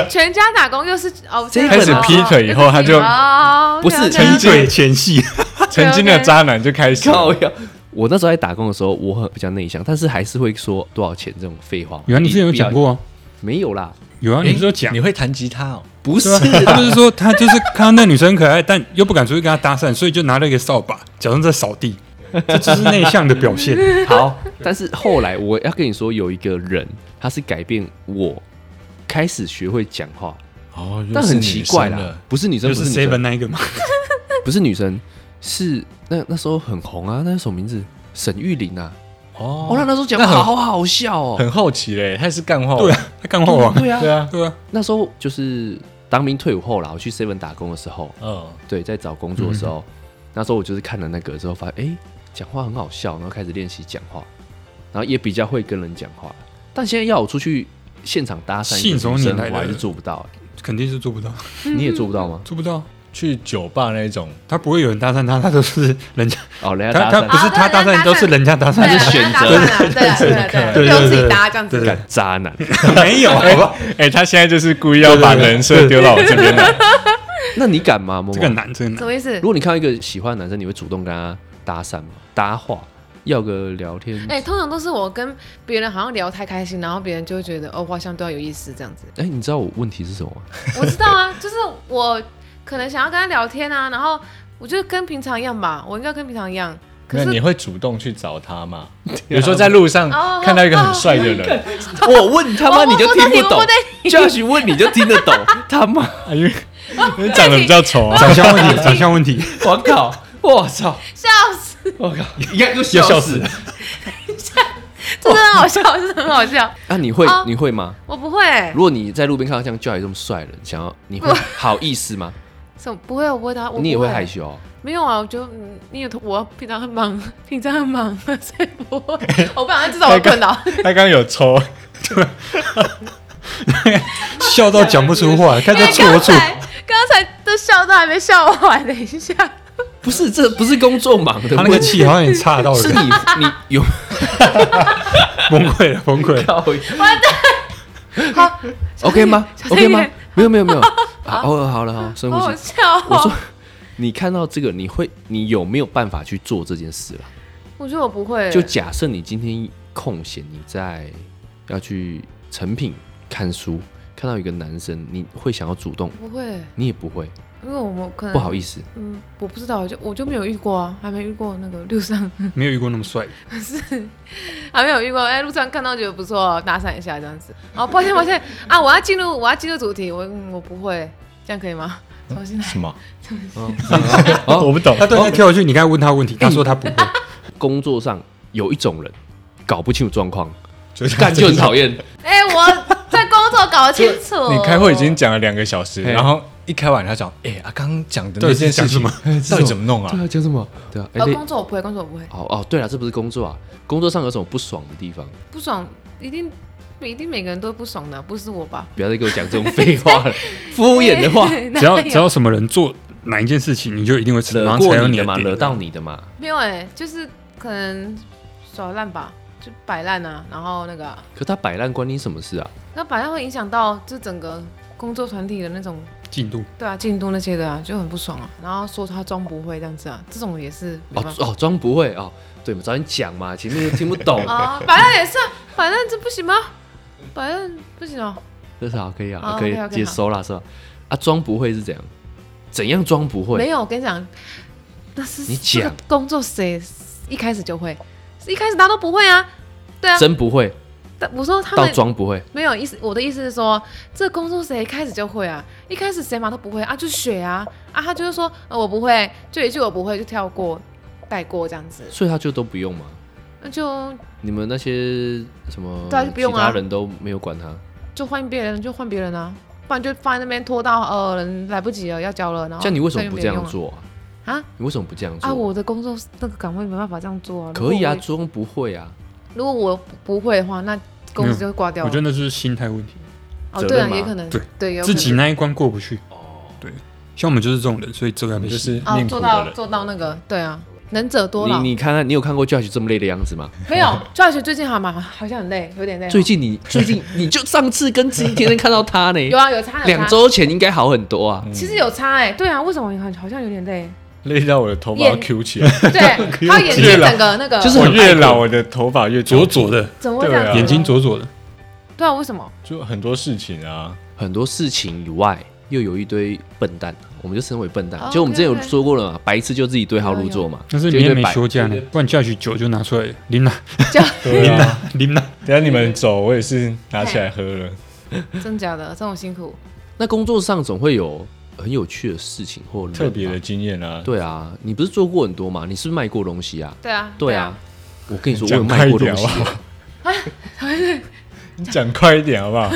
Speaker 4: 全家打工又是哦，
Speaker 1: 这一
Speaker 4: 这个
Speaker 1: 开始
Speaker 4: 哦
Speaker 2: 劈腿以后
Speaker 4: 又是
Speaker 2: 他就
Speaker 4: 哦
Speaker 1: 不是
Speaker 4: 了解
Speaker 1: 劈
Speaker 3: 对 前戏，
Speaker 2: 曾经的渣男就开始了。
Speaker 1: 靠呀！我那时候在打工的时候，我很比较内向，但是还是会说多少钱这种废话。
Speaker 3: 有啊，你之前有
Speaker 1: 比较
Speaker 3: 讲？过啊，
Speaker 1: 没有啦，
Speaker 3: 有啊，
Speaker 2: 诶
Speaker 3: 你不是有讲
Speaker 2: 你？会弹吉他哦？
Speaker 1: 不是
Speaker 3: 对啊，他不是说他就是看到那女生很可爱，但又不敢出去跟她搭讪，所以就拿了一个扫把，假装在扫 地，这就是内向的表现。
Speaker 1: 好，但是后来我要跟你说，有一个人他是改变我，开始学会讲话，
Speaker 2: 哦，
Speaker 1: 但很奇怪啦
Speaker 2: 了，，
Speaker 1: 不是女生，
Speaker 3: 就
Speaker 1: 不
Speaker 3: 是
Speaker 1: 是女
Speaker 3: Seven
Speaker 1: 生，
Speaker 3: 那一个嘛，
Speaker 1: 不是女生，是那那时候很红啊，那是什么名字？沈玉琳啊，
Speaker 2: 哦
Speaker 1: 哦，，那那时候讲
Speaker 2: 那
Speaker 1: 话
Speaker 2: 很
Speaker 1: 好好笑哦，
Speaker 2: 很好奇嘞，他是干话，
Speaker 3: 对啊，他干话王，
Speaker 1: 对啊，
Speaker 2: 对啊，
Speaker 3: 对啊，
Speaker 1: 那时候就是当兵退伍后啦，我去 Seven 打工的时候，
Speaker 2: 嗯，
Speaker 1: 对，在找工作的
Speaker 3: 嗯
Speaker 1: 时候，那时候我就是看了那个之后，发现哎，诶讲话很好笑，然后开始练习讲话，然后也比较会跟人讲话。但现在要我出去现场搭讪一
Speaker 3: 信
Speaker 1: 个
Speaker 3: 手
Speaker 1: 女
Speaker 3: 拈来嗯
Speaker 1: 生，
Speaker 3: 的
Speaker 1: 我还是做不到、欸
Speaker 3: 肯定是做不到，
Speaker 1: 你也做不到吗？
Speaker 3: 做不到。
Speaker 2: 去酒吧那种，
Speaker 3: 他不会有人搭讪他，他都是人家，
Speaker 1: 哦，人家搭
Speaker 3: 他他
Speaker 1: 讪
Speaker 3: 不是他搭
Speaker 4: 哦人
Speaker 3: 讪，
Speaker 4: 家搭讪
Speaker 3: 都是人家搭
Speaker 4: 对
Speaker 3: 讪
Speaker 4: 啊，
Speaker 1: 是选择
Speaker 4: 对啊对啊对啊对啊
Speaker 3: 对
Speaker 4: 对
Speaker 3: 对
Speaker 4: 啊，
Speaker 3: 对
Speaker 4: 就自己搭这样
Speaker 3: 对
Speaker 4: 子
Speaker 3: 对。
Speaker 1: 干渣男。
Speaker 3: 没有，好
Speaker 1: 啊
Speaker 3: 吧？
Speaker 2: 哎、他现在就是故意要把人设丢到我这边来。
Speaker 1: 那你敢吗？萌 萌
Speaker 3: 这个啊很难，这个很
Speaker 4: 什
Speaker 3: 难。
Speaker 4: 么意思
Speaker 1: 如？果你看到一个喜欢的男生，你会主动跟他搭讪吗？搭话，要个聊天。哎、
Speaker 4: 哎，通常都是我跟别人好像聊太开心，然后别人就会觉得哦，我好像对他有意思这样子。
Speaker 1: 你知道我问题是什么吗？
Speaker 4: 我知道啊，就是我可能想要跟他聊天啊，然后我就跟平常一样吧，我应该跟平常一样。可
Speaker 2: 那
Speaker 4: 是
Speaker 2: 你会主动去找他吗？比如说在路上
Speaker 4: 哦
Speaker 2: 看到一个很帅的人，
Speaker 1: 我问他妈
Speaker 4: 我
Speaker 1: 你就
Speaker 4: 我
Speaker 1: 听
Speaker 4: 到底
Speaker 1: 不
Speaker 4: 我
Speaker 1: 懂
Speaker 4: 问
Speaker 1: ，Josh 问你就听得 懂，他妈，
Speaker 2: 啊因为因为长得比较丑
Speaker 4: 哦
Speaker 2: 啊。
Speaker 3: 长相问题，长相问题，
Speaker 1: 我靠，我操，
Speaker 4: 笑死，
Speaker 1: 我靠，应该就
Speaker 3: 要笑死。
Speaker 4: 这真的很好笑，这真的很好笑。
Speaker 1: 啊，你会
Speaker 4: 哦
Speaker 1: 你会吗？
Speaker 4: 我不会欸，
Speaker 1: 如果你在路边看到像 Josh 这么帅的人，想要你会好意思吗？
Speaker 4: 什么不会，我不会搭，我
Speaker 1: 你也
Speaker 4: 不
Speaker 1: 会害羞哦？
Speaker 4: 没有啊，我就嗯，因为我平常很忙， 平常很忙，所以 不会，我不想制造我困扰。
Speaker 2: 他刚刚有抽，
Speaker 3: 笑到讲不出
Speaker 1: 啊
Speaker 3: 话， 看
Speaker 4: 因
Speaker 3: 他
Speaker 4: 为
Speaker 3: 戳
Speaker 4: 刚
Speaker 3: 住。
Speaker 4: 才刚才都笑到还没笑完，等一下，
Speaker 1: 不是，这不是工作忙的
Speaker 3: 他那个
Speaker 1: 问题，
Speaker 3: 气好像也差到
Speaker 1: 是
Speaker 3: 人，
Speaker 1: 你你有
Speaker 3: 崩溃了，崩溃了。
Speaker 1: 到
Speaker 4: 好
Speaker 1: OK 吗
Speaker 4: 小声一
Speaker 1: ？OK
Speaker 4: 点
Speaker 1: 吗？没有没有 没有，啊，哦好了好了，深
Speaker 4: 好
Speaker 1: 呼
Speaker 4: 好
Speaker 1: 吸。
Speaker 4: 笑哦。
Speaker 1: 我说，你看到这个，你会，你有没有办法去做这件事了？
Speaker 4: 我觉得我不会欸，
Speaker 1: 就假设你今天空闲，你在要去成品看书，看到一个男生，你会想要主动，
Speaker 4: 不会欸，
Speaker 1: 你也不会，
Speaker 4: 因为我们可能
Speaker 1: 不好
Speaker 4: 思，
Speaker 1: 意思。
Speaker 4: 嗯，我不知道，就我就没有遇过啊，还没遇过那个路上，
Speaker 3: 没有遇过那么帅，
Speaker 4: 还没有遇过。哎，路上看到觉得不错，搭讪一下这样子。哦，抱歉抱歉啊，我要进入我要进入主题，我嗯我不会，这样可以吗？重新来。
Speaker 2: 什么？
Speaker 1: 哦
Speaker 2: 我不懂。
Speaker 3: 他突然跳下去，你该问他
Speaker 1: 嗯
Speaker 3: 问题，他说他 不会，
Speaker 1: 工作上有一种人搞不清楚状 况，
Speaker 2: 就是
Speaker 1: 干就很讨 厌。
Speaker 4: 哎、我在工作搞清
Speaker 2: 。
Speaker 4: 楚哦
Speaker 2: 你开会已经讲了两个小时，
Speaker 1: 嘿
Speaker 2: 然后 一开完他讲，哎、啊，刚刚讲的那件事情
Speaker 3: 到
Speaker 2: 到底怎么弄啊？
Speaker 1: 啊，讲什么？对啊，而
Speaker 4: 哦，
Speaker 1: 且
Speaker 4: 工作我不会，工作我不会，
Speaker 1: 啊哦哦，对了，这不是工作啊，工作上有什么不爽的地方？
Speaker 4: 不爽一定一定每个人都不爽的，不是我吧？
Speaker 1: 不要再给我讲这种废话 了，敷衍的话，
Speaker 4: 哪有
Speaker 3: 只要只要什么人做哪一件事情，你就一定会
Speaker 1: 惹
Speaker 3: 马上踩
Speaker 1: 过
Speaker 3: 到
Speaker 1: 你的
Speaker 3: 的
Speaker 1: 嘛，
Speaker 3: 点
Speaker 1: 惹到你的嘛，
Speaker 4: 没有哎、就是可能耍烂吧，就摆烂啊，然后那个啊、
Speaker 1: 可他摆烂关你什么事啊？
Speaker 4: 那摆烂会影响到这整个工作团体的那种
Speaker 3: 进度。
Speaker 4: 对啊进度那些的啊，就很不爽啊。然后说他装不会这样子啊，这种也是没
Speaker 1: 哦
Speaker 4: 办法。
Speaker 1: 哦，装不会哦，对嘛，早点讲嘛，前面又听不 懂，
Speaker 4: 啊，摆烂也是啊，摆烂这不行吗？摆烂不行哦，
Speaker 1: 这是好可以啊，
Speaker 4: 哦
Speaker 1: 可以
Speaker 4: OK，OK，
Speaker 1: 接收啦，是吧？啊，装不会是怎样？怎样装不会？
Speaker 4: 没有，我跟你讲，那是
Speaker 1: 你讲
Speaker 4: 这个工作谁一开始就会，一开始他都不会啊，对啊，
Speaker 1: 真不会
Speaker 4: 但我说他
Speaker 1: 到
Speaker 4: 们
Speaker 1: 装不会，
Speaker 4: 没有意思，我的意思是说，这工作谁一开始就会啊？一开始谁嘛都不会啊，就学啊啊，他就是说、呃、我不会，就一句我不会就跳过带过这样子，
Speaker 1: 所以他就都不用嘛。
Speaker 4: 那就
Speaker 1: 你们那些什么
Speaker 4: 对啊就不
Speaker 1: 其
Speaker 4: 用啊哦
Speaker 1: 他人都没有管他，
Speaker 4: 就换别人就换别人啊，不然就放在那边拖到呃人来不及了要交了，然后
Speaker 1: 像你为什么
Speaker 4: 再
Speaker 1: 不
Speaker 4: 没
Speaker 1: 这样
Speaker 4: 用啊
Speaker 1: 做啊？
Speaker 4: 啊？
Speaker 1: 你为什么不这样做？
Speaker 4: 啊，我的工作那个岗位没办法这样做啊，如果
Speaker 1: 可以啊，
Speaker 4: 我
Speaker 1: 装不会啊，
Speaker 4: 如果我不会的话，那公司就会挂掉
Speaker 3: 我
Speaker 4: 了。
Speaker 3: 觉得那就是心态问题，
Speaker 4: 哦，
Speaker 1: 责
Speaker 4: 对啊，
Speaker 1: 任嘛
Speaker 4: 也可能
Speaker 3: 对
Speaker 4: 对，有可
Speaker 3: 自
Speaker 4: 能
Speaker 3: 己那一关过不去。哦，对，像我们就是这种人，所以这个还没
Speaker 2: 就
Speaker 3: 洗
Speaker 2: 是
Speaker 4: 哦
Speaker 2: 命苦
Speaker 4: 做
Speaker 2: 的
Speaker 4: 到
Speaker 2: 人。
Speaker 4: 做到那个对啊，能者多劳
Speaker 1: 你。你看看，你有看过 Judge 这么累的样子吗？
Speaker 4: 没有 Josh 最近好吗？好像很累，有点累哦。
Speaker 1: 最近你最近你就上次跟自己天天看到他呢，
Speaker 4: 有啊，有差有差
Speaker 1: 两，周前应该好很多啊。
Speaker 4: 其实有差哎、对啊，为什么好好像有点累？
Speaker 2: 累到我的头发
Speaker 4: 眼
Speaker 2: Q 起来，
Speaker 4: 对，他眼睛整个那个
Speaker 1: 就是
Speaker 2: 我
Speaker 1: 很
Speaker 2: 越
Speaker 1: 爱哭
Speaker 2: 老我的头发越
Speaker 3: 左左的，
Speaker 4: 怎么会这样、
Speaker 2: 对啊
Speaker 4: 子
Speaker 3: 眼睛左左的，
Speaker 4: 对啊，为什么？
Speaker 2: 就很多事情啊，
Speaker 1: 很多事情以外，又有一堆笨蛋，我们就身为笨蛋。
Speaker 4: 哦
Speaker 1: 就我们之前有
Speaker 4: OK，OK
Speaker 1: 说过了嘛，白痴就自己对号入座
Speaker 2: 哦
Speaker 1: 嘛。
Speaker 3: 但是
Speaker 1: 就
Speaker 3: 你
Speaker 1: 一
Speaker 3: 也
Speaker 1: 堆
Speaker 3: 没
Speaker 1: 白
Speaker 3: 休假呢，不然叫去酒就拿出来拎啦，
Speaker 2: 对啊，
Speaker 3: 拎啦。
Speaker 2: 等一下你们走，我也是拿起来喝了。
Speaker 4: 真假的这种辛苦，
Speaker 1: 那工作上总会有很有趣的事情或人嘛
Speaker 2: 特别的。经验啊，
Speaker 1: 对啊，你不是做过很多嘛？你是不是卖过东西啊？
Speaker 4: 对啊，
Speaker 1: 对啊，，我跟你说，我有
Speaker 2: 讲
Speaker 1: 卖
Speaker 2: 快一
Speaker 1: 过东
Speaker 2: 点
Speaker 1: 西
Speaker 2: 好。不好？你讲快一点好 不好？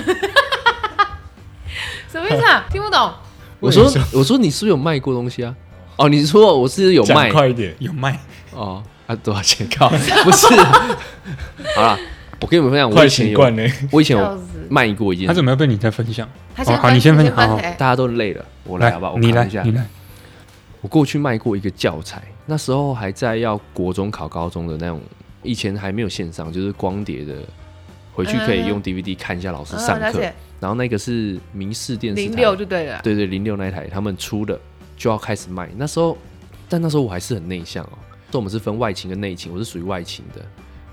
Speaker 4: 什么意思啊？听不懂。
Speaker 1: 我说，我说你是不是有卖过东西啊？哦，你说我是有卖
Speaker 2: 讲快一点，
Speaker 3: 有卖，
Speaker 1: 哦，啊多少钱？靠，不 是。好啦，我跟你们分享，我
Speaker 2: 快
Speaker 1: 以前
Speaker 2: 习
Speaker 1: 有
Speaker 2: 惯，呢。
Speaker 1: 我以前
Speaker 4: 笑
Speaker 1: 有
Speaker 4: 死
Speaker 1: 卖过一件
Speaker 3: 他，怎么要被你在分享？
Speaker 4: 他先
Speaker 3: 哦好你先分享
Speaker 4: 分
Speaker 3: 好好
Speaker 4: 哎
Speaker 1: 大家都累了，我来好不好？我
Speaker 3: 你来
Speaker 1: 扛一下，
Speaker 3: 你来，
Speaker 1: 我过去卖过一个教材，那时候还在要国中考高中的那种，以前还没有线上，就是光碟的，回去可以用 DVD 看一下老师上
Speaker 4: 嗯了
Speaker 1: 课。
Speaker 4: 解
Speaker 1: 然后那个是民视电视台，
Speaker 4: 零六就对了。
Speaker 1: 对对，零六那一台他们出的就要开始卖。那时候，但那时候我还是很内向哦。所以我们是分外勤跟内勤，我是属于外勤的。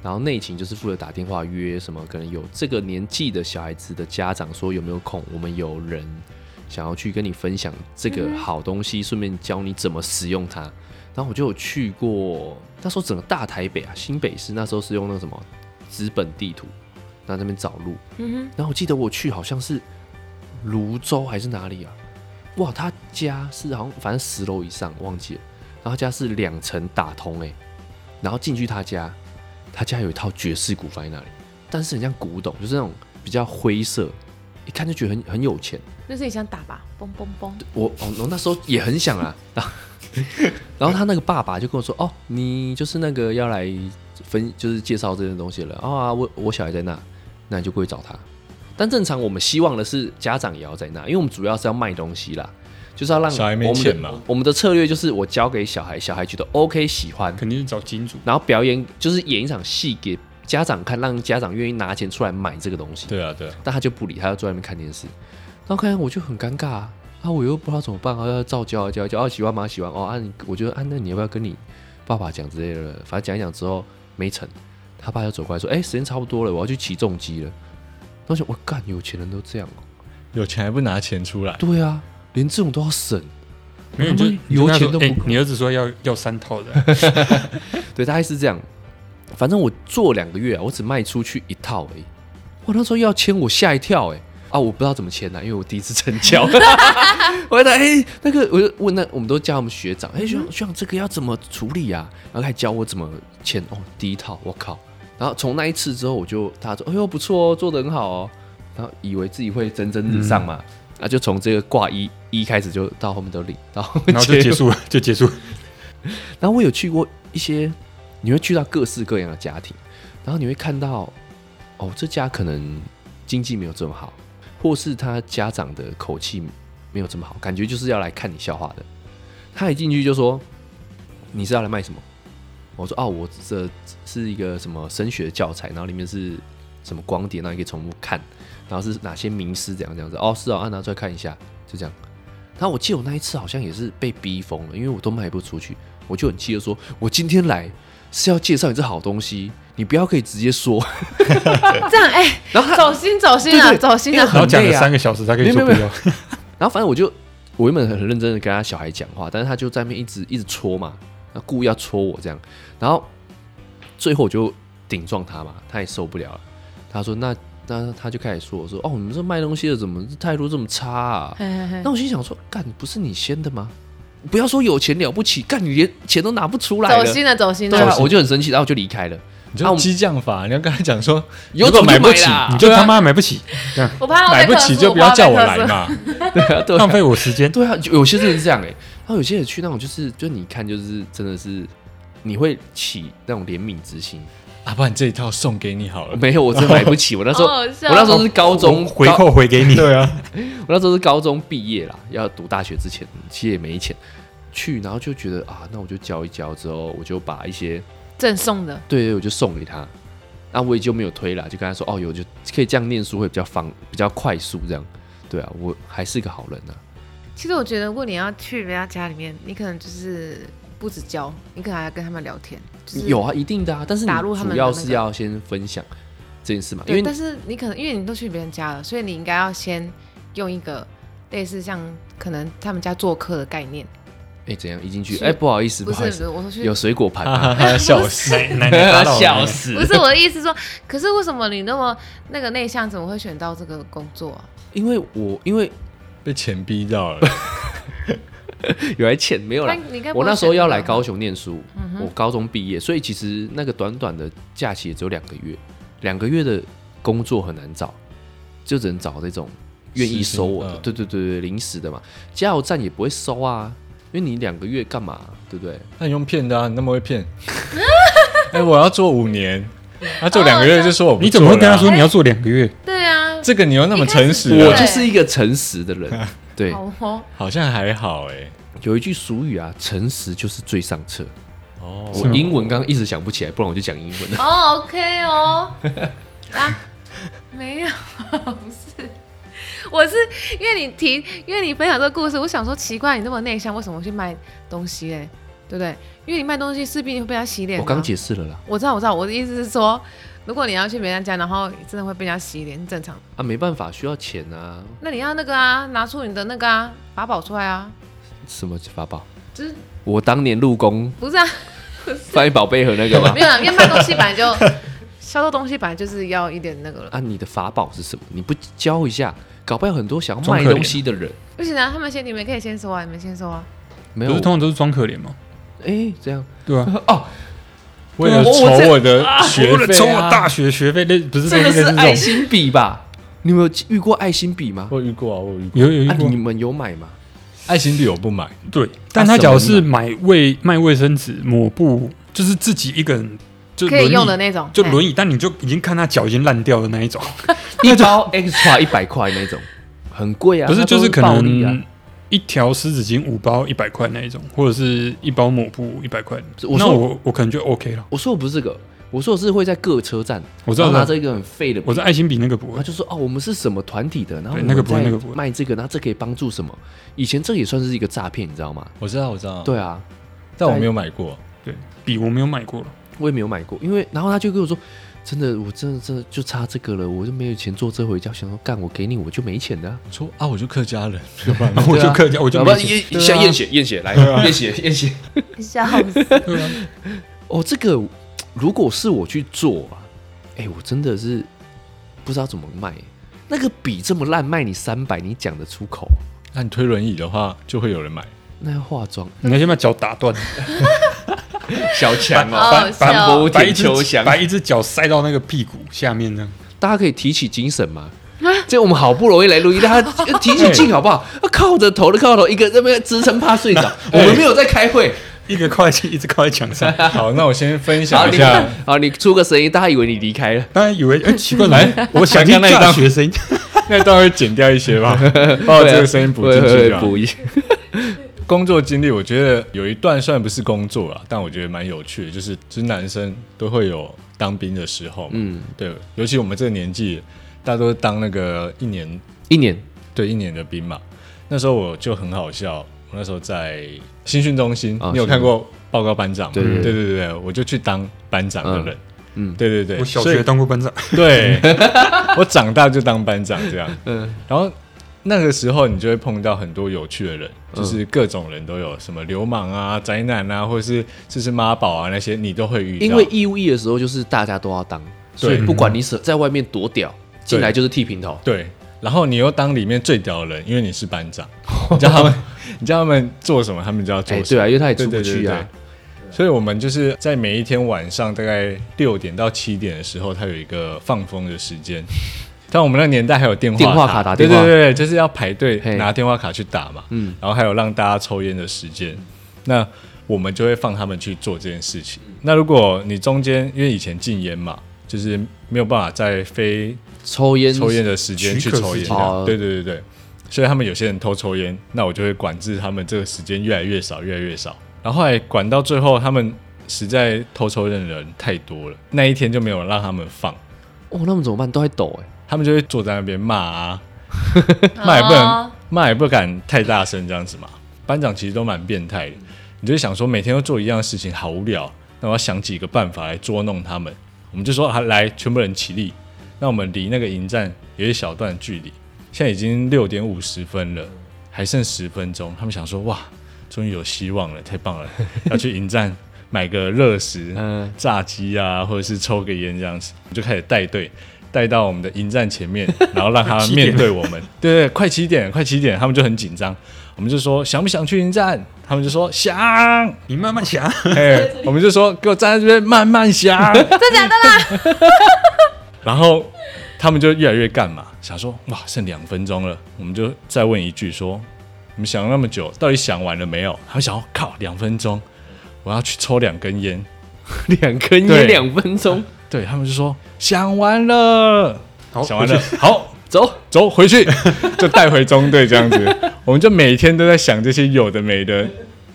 Speaker 1: 然后内勤就是负责打电话约什么，可能有这个年纪的小孩子的家长说有没有空，我们有人想要去跟你分享这个好东西，顺便教你怎么使用它。然后我就有去过，那时候整个大台北啊，新北市那时候是用那个什么资本地图，然后在那边找路。
Speaker 4: 嗯
Speaker 1: 然后我记得我去好像是泸州还是哪里啊？哇，他家是好像反正十楼以上忘记了，然后他家是两层打通哎、然后进去他家，他家有一套爵士鼓放在那里，但是很像古董，就是那种比较灰色，一看就觉得很很有钱。
Speaker 4: 哼，那是你想打吧？嘣嘣嘣，
Speaker 1: 我哦，我那时候也很想啊，然后然后他那个爸爸就跟我说，哦，你就是那个要来分，就是介绍这件东西了、哦、啊，我我小孩在那，那你就过去找他。但正常我们希望的是家长也要在那，因为我们主要是要卖东西啦，就是要让
Speaker 2: 小孩没
Speaker 1: 我们的
Speaker 2: 钱嘛
Speaker 1: 我们的策略就是我交给小孩，小孩觉得 OK 喜欢，
Speaker 3: 肯定是找金主。
Speaker 1: 然后表演就是演一场戏给家长看，让家长愿意拿钱出来买这个东西。
Speaker 2: 对啊，对啊，
Speaker 1: 但他就不理，他就坐在那边看电视。然后看我就很尴尬啊，啊我又不知道怎么办啊，要照教啊教啊教啊，喜欢吗？喜欢哦啊，你我觉得啊，那你要不要跟你爸爸讲之类的？反正讲一讲之后没成，他爸就走过来说，哎、时间差不多了，我要去骑重机了。然后我想，我干，有钱人都这样哦、
Speaker 2: 有钱还不拿钱出来，
Speaker 1: 对啊，连这种都要省。
Speaker 3: 没有，你就你
Speaker 1: 油
Speaker 3: 就跟
Speaker 1: 钱
Speaker 3: 他说
Speaker 1: 都不
Speaker 3: 哎
Speaker 1: 够，
Speaker 3: 你儿子说要要三 套的，
Speaker 1: 对，大概是这样。反正我做两个月啊，我只卖出去一套而已。我那时候要签，我吓一跳哎、啊，我不知道怎么签呐、因为我第一次成交。我就哎、那个我就问那我们都叫他们学长，哎、学长学长这个要怎么处理啊？然后开始教我怎么签哦，第一套我靠。然后从那一次之后，我就大家说哎呦不错哦，做的很好哦。然后以为自己会蒸蒸日上嘛，
Speaker 3: 嗯
Speaker 1: 啊就从这个挂一一开始就到后面都领，到后面
Speaker 3: 然后就
Speaker 1: 结
Speaker 3: 结
Speaker 1: 束
Speaker 3: 束了，就结束了。
Speaker 1: 啊然后我有去过一些，你会去到各式各样的家庭，然后你会看到，哦，这家可能经济没有这么好，或是他家长的口气没有这么好，感觉就是要来看你笑话的。他一进去就说：“你是要来卖什么？”我说：“哦，我这是一个什么升学教材，然后里面是什么光碟，那你可以重复看，然后是哪些名师怎样怎样子。哦，是哦，啊，拿出来看一下，就这样。”然后我记得我那一次好像也是被逼疯了，因为我都卖不出去，我就很气的说：“我今天来是要介绍你这好东西，你不要可以直接说。”
Speaker 4: 这样哎，
Speaker 1: 然后他
Speaker 4: 走心走心啊，
Speaker 1: 对对
Speaker 4: 走心啊
Speaker 1: 因为，
Speaker 3: 然后讲
Speaker 1: 很
Speaker 3: 了
Speaker 1: 累啊
Speaker 3: 三个小时，他跟你说不
Speaker 1: 没有
Speaker 3: 要，
Speaker 1: 然后反正我就我原本很认真的跟他小孩讲话，但是他就在那边一直一直戳嘛，那故意要戳我这样，然后最后我就顶撞他嘛，他也受不了了，他说那那他就开始说我说哦你们这卖东西的怎么态度这么差 啊？
Speaker 4: 嘿嘿嘿
Speaker 1: 那我心想说干不是你先的吗？不要说有钱了不起，干你连钱都拿不出来
Speaker 4: 走
Speaker 1: 了，
Speaker 4: 心了走心
Speaker 1: 对
Speaker 4: 了
Speaker 1: 啊，，我就很生气，然后我就离开了，
Speaker 2: 你
Speaker 1: 啊我
Speaker 2: 就
Speaker 1: 们
Speaker 2: 激将法，你要跟他 讲说，
Speaker 1: 有
Speaker 2: 如
Speaker 1: 种
Speaker 2: 果
Speaker 1: 就
Speaker 2: 买不
Speaker 1: 买
Speaker 2: 起
Speaker 1: 啦
Speaker 3: 你就他妈买不起，
Speaker 4: 我怕
Speaker 2: 买不起就不要叫我来嘛。
Speaker 1: 对啊对啊
Speaker 3: 浪费我时间。
Speaker 1: 对啊，有有些真的是这样哎、然后有些人去那种就是，就你看就是真的是，你会起那种怜悯之心。
Speaker 2: 啊，不然这一套送给你好了。
Speaker 1: 没有，我真买不起。我那时候，
Speaker 4: 好
Speaker 1: 我
Speaker 4: 好笑哦
Speaker 1: 那时候是高中
Speaker 3: 我回
Speaker 1: 高
Speaker 3: 扣回给 你，
Speaker 2: 对啊，
Speaker 1: 我那时候是高中毕业啦，要读大学之前，其实也没钱去，然后就觉得啊，那我就交一交之后，我就把一些
Speaker 4: 赠送的，
Speaker 1: 对对，我就送给他。那我也就没有推啦，就跟他说哦，有就可以这样念书会比较方，比较快速这样。对啊，我还是个好人啊。
Speaker 4: 其实我觉得，如果你要去人家家里面，你可能就是不止教，你可能还要跟他们聊天，就是
Speaker 1: 有啊，一定的啊，但是你
Speaker 4: 打入他
Speaker 1: 主
Speaker 4: 们的
Speaker 1: 要
Speaker 4: 那
Speaker 1: 是
Speaker 4: 个
Speaker 1: 要先分享这件事嘛，因
Speaker 4: 对，
Speaker 1: 为
Speaker 4: 但是你可能因为你都去别人家了，所以你应该要先用一个类似像可能他们家做客的概念，
Speaker 1: 哎、怎样一进去？
Speaker 4: 是
Speaker 1: 哎、不好意思，
Speaker 4: 不
Speaker 1: 不好
Speaker 4: 是
Speaker 1: 意
Speaker 4: 不
Speaker 1: 思，
Speaker 4: 是，我说去
Speaker 1: 有水果盘
Speaker 2: 哈
Speaker 1: 吗？
Speaker 2: 哈哈，笑死。
Speaker 3: 奶奶 打扰
Speaker 1: 笑
Speaker 3: 我。
Speaker 1: 死！
Speaker 4: 不是我的意思说，可是为什么你那么那个内向，怎么会选到这个工作啊？
Speaker 1: 因为我因 为
Speaker 2: 被钱逼 到了，
Speaker 1: 有来欠没有
Speaker 4: 不
Speaker 1: 啦
Speaker 4: 然。你应该不
Speaker 1: 我
Speaker 4: 会
Speaker 1: 那时候
Speaker 4: 选
Speaker 1: 要
Speaker 4: 吧嗯
Speaker 1: 来高雄念书，我高中毕业，所以其实那个短短的假期也只有两个月，两个月的工作很难找，就只能找这种愿意收我的，
Speaker 2: 时薪嗯
Speaker 1: 对对对对，临时的嘛。加油站也不会收啊，因为你两个月干嘛，对不对？
Speaker 2: 那你用骗的啊，你那么会骗。 哎，我要做五年，他做两个月就说我不
Speaker 3: 你怎么会
Speaker 2: 做
Speaker 3: 跟
Speaker 2: 了
Speaker 3: 他
Speaker 2: 啊
Speaker 3: 说你要做两个月？
Speaker 4: 对啊，
Speaker 2: 这个？你又那么诚实
Speaker 1: 我
Speaker 2: 啊，
Speaker 1: 就是一个诚实的 人，对，
Speaker 4: 好哦，
Speaker 2: 好像还好哎。
Speaker 1: 有一句俗语啊，诚实就是最上策。
Speaker 2: 哦，
Speaker 1: 我英文刚刚一直想不起来，不然我就讲英 文了。
Speaker 4: 哦，OK 哦， 啊，没有， 不是，我是因为你提，因为你分享这个故事，我想说奇怪，你那么内向，为什么会去卖东西嘞？对不对？因为你卖东西势必会被他洗脸、啊。
Speaker 1: 我刚解释了啦，
Speaker 4: 我知道，我知道，我的意思是说，如果你要去别人家，然后真的会被人家洗脸，是正常的。
Speaker 1: 啊，没办法，需要钱啊，
Speaker 4: 那你要那个啊，拿出你的那个啊法宝出 来啊，
Speaker 1: 什么法宝？
Speaker 4: 就是
Speaker 1: 我当年入宫
Speaker 4: 不是啊，
Speaker 1: 翻译宝贝盒那个 嘛。
Speaker 4: 没有啦，因为卖东西本来就销售东西本来就是要一点那个了。
Speaker 1: 啊，你的法宝是什么？你不教一下，搞不好有很多想要
Speaker 3: 装
Speaker 1: 卖
Speaker 3: 可怜
Speaker 1: 东西的人。
Speaker 4: 不行啊，他们先，你们可以先说啊，你们先说啊。
Speaker 1: 没
Speaker 3: 不
Speaker 1: 有
Speaker 3: 是，通常都是装可怜吗？
Speaker 1: 哎、这样
Speaker 3: 对啊，
Speaker 2: 为了筹我的学
Speaker 3: 为了
Speaker 2: 费
Speaker 3: 抽我
Speaker 2: 啊
Speaker 3: 大学学费，那不是
Speaker 1: 哎这
Speaker 3: 类
Speaker 1: 个
Speaker 3: 似
Speaker 1: 是
Speaker 3: 这
Speaker 1: 爱
Speaker 3: 种，
Speaker 1: 心笔吧？你们有遇过爱心笔吗？
Speaker 2: 我有遇过啊，我有遇过。
Speaker 3: 有有遇
Speaker 1: 啊，
Speaker 3: 过
Speaker 1: 你。们有买吗？
Speaker 2: 爱心笔我不买，
Speaker 3: 对，但他假如是买卫卖卫生纸、抹布，就是自己一个人就
Speaker 4: 可
Speaker 3: 轮
Speaker 4: 以
Speaker 3: 椅
Speaker 4: 用的那种，
Speaker 3: 就
Speaker 4: 嘿
Speaker 1: 哎
Speaker 3: 轮椅，但你就已经看他脚已经烂掉的那一种，
Speaker 1: 一包 extra 一百块那种，很贵啊。
Speaker 3: 不是
Speaker 1: 它
Speaker 3: 就
Speaker 1: 都
Speaker 3: 是
Speaker 1: 是
Speaker 3: 可
Speaker 1: 暴利啊
Speaker 3: 能。一条湿纸巾五包一百块那一种，或者是一包抹布一百块，
Speaker 1: 我
Speaker 3: 那
Speaker 1: 说
Speaker 3: 我我可能就 OK 了。
Speaker 1: 我说我不是这个，我说我是会在各车站，
Speaker 3: 我知道
Speaker 1: 然后拿
Speaker 3: 的
Speaker 1: 着一个很废的笔
Speaker 3: 我在爱心笔那个不
Speaker 1: 他
Speaker 3: 会，
Speaker 1: 就说哦，我们是什么团体的，然后
Speaker 3: 对
Speaker 1: 我
Speaker 3: 那个
Speaker 1: 们
Speaker 3: 不会
Speaker 1: 在
Speaker 3: 那个不会
Speaker 1: 卖这个，然后这可以帮助什么？以前这也算是一个诈骗，你知道吗？
Speaker 2: 我知道我知道，，
Speaker 1: 对啊，
Speaker 2: 但我没有买过。
Speaker 3: 对笔我没有买过了，
Speaker 1: 我也没有买过，因为然后他就跟我说，真的，我真的真的就差这个了，我就没有钱坐这回家，想说干我给你我就没钱的啊、
Speaker 2: 我说啊，我就客家人，
Speaker 3: 我
Speaker 1: 对
Speaker 3: 就
Speaker 1: 啊
Speaker 3: 客家，我就
Speaker 1: 要不
Speaker 3: 没
Speaker 1: 然
Speaker 3: 钱。
Speaker 1: 验像验血验血来验血验血，
Speaker 4: 笑
Speaker 3: 对啊
Speaker 1: 哦，这个如果是我去做啊，哎，我真的是不知道怎么卖，那个笔这么烂卖你三百，你讲得出口？
Speaker 2: 那你推轮椅的话，就会有人买。
Speaker 1: 那要化妆，
Speaker 3: 你看先把脚打断，
Speaker 1: 小强
Speaker 4: 哦好好笑哦
Speaker 1: 波
Speaker 3: 把一只
Speaker 1: 翔
Speaker 3: 把一只脚塞到那个屁股下面呢。
Speaker 1: 大家可以提起精神嘛。这我们好不容易来 录音，大家
Speaker 2: 哎
Speaker 1: 提起劲好不好？靠着头的靠着头，一个在那边支撑怕睡着。我们没有在开会，
Speaker 3: 一个跨进，一直靠在墙上，
Speaker 2: 好，那我先分
Speaker 1: 好，
Speaker 2: 享一
Speaker 1: 你
Speaker 2: 下，
Speaker 1: 好，你出个声音，大家以为你离开了。
Speaker 3: 大家以为哎、奇怪， 来，我想
Speaker 2: 刚
Speaker 3: 听
Speaker 2: 刚那一
Speaker 3: 大
Speaker 2: 段
Speaker 3: 学生，
Speaker 2: 那待会剪掉一些吧，把
Speaker 1: 啊
Speaker 2: 哦我这个声音补进
Speaker 1: 会
Speaker 2: 去
Speaker 1: 会
Speaker 2: 就
Speaker 1: 会
Speaker 2: 好。
Speaker 1: 补一下。
Speaker 2: 工作经历，我觉得有一段虽然不是工作啦，但我觉得蛮有趣的，就是就是男生都会有当兵的时候嘛，
Speaker 1: 嗯，
Speaker 2: 对，尤其我们这个年纪，大家都是当那个一年
Speaker 1: 一年，
Speaker 2: 对一年的兵嘛。那时候我就很好笑，我那时候在新训中心，
Speaker 1: 啊
Speaker 2: 你有看过《报告班长》吗？
Speaker 1: 对对
Speaker 2: 对
Speaker 1: 对
Speaker 2: 对对对我就去当班长的人。
Speaker 1: 嗯嗯
Speaker 2: 对对对，
Speaker 3: 我小
Speaker 2: 所以
Speaker 3: 学当过班长，
Speaker 2: 对， 我长大就当班长这样。
Speaker 1: 嗯
Speaker 2: 然后那个时候你就会碰到很多有趣的人，
Speaker 1: 嗯
Speaker 2: 就是各种人都有，什么流氓啊、宅男啊，或者是就是妈宝啊那些，你都会遇到。
Speaker 1: 因为义务役的时候就是大家都要当，所以
Speaker 2: 对嗯
Speaker 1: 不管你是在外面多屌，进来就是剃平头。
Speaker 2: 对，然后你又当里面最屌的人，因为你是班 长，你知道他们，你知道他们做什么，他们就要做
Speaker 1: 哎，
Speaker 2: 什
Speaker 1: 对
Speaker 2: 么。
Speaker 1: 啊，因为他也出
Speaker 2: 对
Speaker 1: 不
Speaker 2: 对对
Speaker 1: 去
Speaker 2: 对
Speaker 1: 啊。
Speaker 2: 所以我们就是在每一天晚上大概六点到七点的时候，它有一个放风的时 间。但我们那年代还有电话
Speaker 1: 电话卡打
Speaker 2: 对
Speaker 1: 电话
Speaker 2: 对对对，就是要排队
Speaker 1: 嘿
Speaker 2: 拿电话卡去打嘛。
Speaker 1: 嗯
Speaker 2: 嗯，然后还有让大家抽烟的时间，那我们就会放他们去做这件事情。那如果你中间因为以前禁烟嘛，就是没有办法在非
Speaker 1: 抽烟，
Speaker 2: 抽烟的时间去
Speaker 3: 许可
Speaker 2: 抽
Speaker 3: 时
Speaker 2: 烟
Speaker 3: 间
Speaker 1: 哦，
Speaker 2: 对对对对，所以他们有些人偷抽烟，那我就会管制他们这个时间越来越少，越来越少。然后后来管到最后，他们实在偷抽烟的人太多了，那一天就没有让他们放，
Speaker 1: 哦，那我们怎么办？都在抖哎。
Speaker 2: 他们就会坐在那边骂 啊，骂也不
Speaker 3: 哦
Speaker 2: 能骂也不敢太大声这样子嘛。班长其实都蛮变态的，你就会想说每天都做一样的事情，好无聊，那我要想几个办法来捉弄他们。我们就说好来，全部人起立。那我们离那个营站有一小段距离，现在已经六点五十分了，还剩十分钟。他们想说哇，终于有希望了，太棒了，要去营站买个热食，
Speaker 1: 嗯，
Speaker 2: 炸鸡啊，或者是抽个烟这样子，我们就开始带队，带到我们的营站前面， 然后让他
Speaker 3: 七点
Speaker 2: 面对我们。对对，快七点，快七点，他们就很紧张。我们就说想不想去营站？他们就说想。
Speaker 3: 你慢慢想，啊
Speaker 2: 哎、我们就说给我站在这边慢慢想。 真假的啦？ 然后他们就越来越干嘛，想说哇，剩两分钟了，我们就再问一句说，你们想了那么久，到底想完了没有？他们想，哦靠，两分钟，我要去抽两根烟。
Speaker 1: 两根烟
Speaker 2: 对
Speaker 1: 两分钟，
Speaker 2: 对他们就说想完了，
Speaker 3: 好
Speaker 2: 想完了，好，
Speaker 1: 走。
Speaker 2: 走回去，就带回中队这样子。我们就每天都在想这些有的没的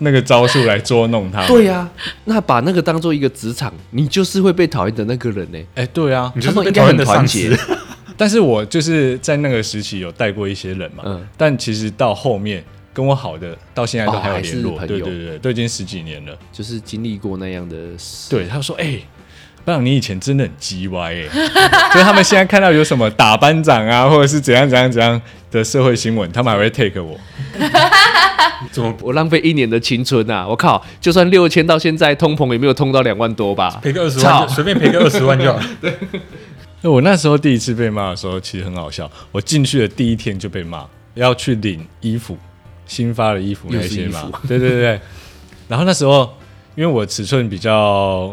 Speaker 2: 那个招数来捉弄他。，
Speaker 1: 对呀，那把那个当做一个职场，你就是会被讨厌的那个人呢。
Speaker 2: 哎，对啊，
Speaker 3: 你
Speaker 1: 他
Speaker 3: 就是
Speaker 1: 们
Speaker 3: 被
Speaker 1: 应该
Speaker 3: 讨厌
Speaker 1: 很
Speaker 3: 的
Speaker 1: 团
Speaker 3: 上
Speaker 1: 结
Speaker 3: 司，
Speaker 2: 但是我就是在那个时期有带过一些人嘛，
Speaker 1: 嗯
Speaker 2: 但其实到后面跟我好的到现在都
Speaker 1: 哦
Speaker 2: 还有
Speaker 1: 还是
Speaker 2: 联络，
Speaker 1: 朋
Speaker 2: 对
Speaker 1: 友
Speaker 2: 对对，都已经十几年了。
Speaker 1: 就是经历过那样的事。
Speaker 2: 对，他说：“哎、班长，你以前真的很鸡歪哎。” 就是他们现在看到有什么打班长啊，或者是怎样怎样怎样的社会新闻，他们还会 take 我。
Speaker 3: 怎么
Speaker 1: 我浪费一年的青春啊！我靠，就算六千到现在通膨也没有通到两万多 吧？
Speaker 3: 赔个二十万就，随便赔个二十万就好了。
Speaker 2: 那我那时候第一次被骂的时候，其实很好笑。我进去的第一天就被骂，要去领衣服，新发的衣服那些嘛
Speaker 1: 又是衣。
Speaker 2: 对对对对。然后那时候，因为我尺寸比较，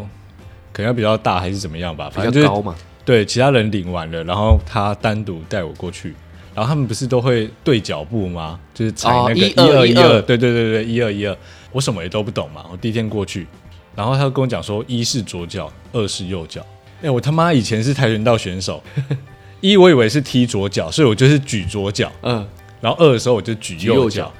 Speaker 2: 可能要比较大还是怎么样吧，反
Speaker 1: 比
Speaker 2: 正就
Speaker 1: 较
Speaker 2: 是
Speaker 1: 高嘛，
Speaker 2: 对其他人领完了，然后他单独带我过去。然后他们不是都会对脚步吗？就是踩
Speaker 1: 哦
Speaker 2: 那个
Speaker 1: 一
Speaker 2: 一
Speaker 1: 二
Speaker 2: 二
Speaker 1: 一
Speaker 2: 一
Speaker 1: 二
Speaker 2: 二，对对对对，一二一二。我什么也都不懂嘛，我第一天过去，然后他就跟我讲说，一是左脚，二是右脚。哎、我他妈以前是跆拳道选手， 一我以为是踢左脚，所以我就是举左脚，
Speaker 1: 嗯，
Speaker 2: 然后二的时候我就举
Speaker 1: 举
Speaker 2: 右
Speaker 1: 右脚
Speaker 2: 脚。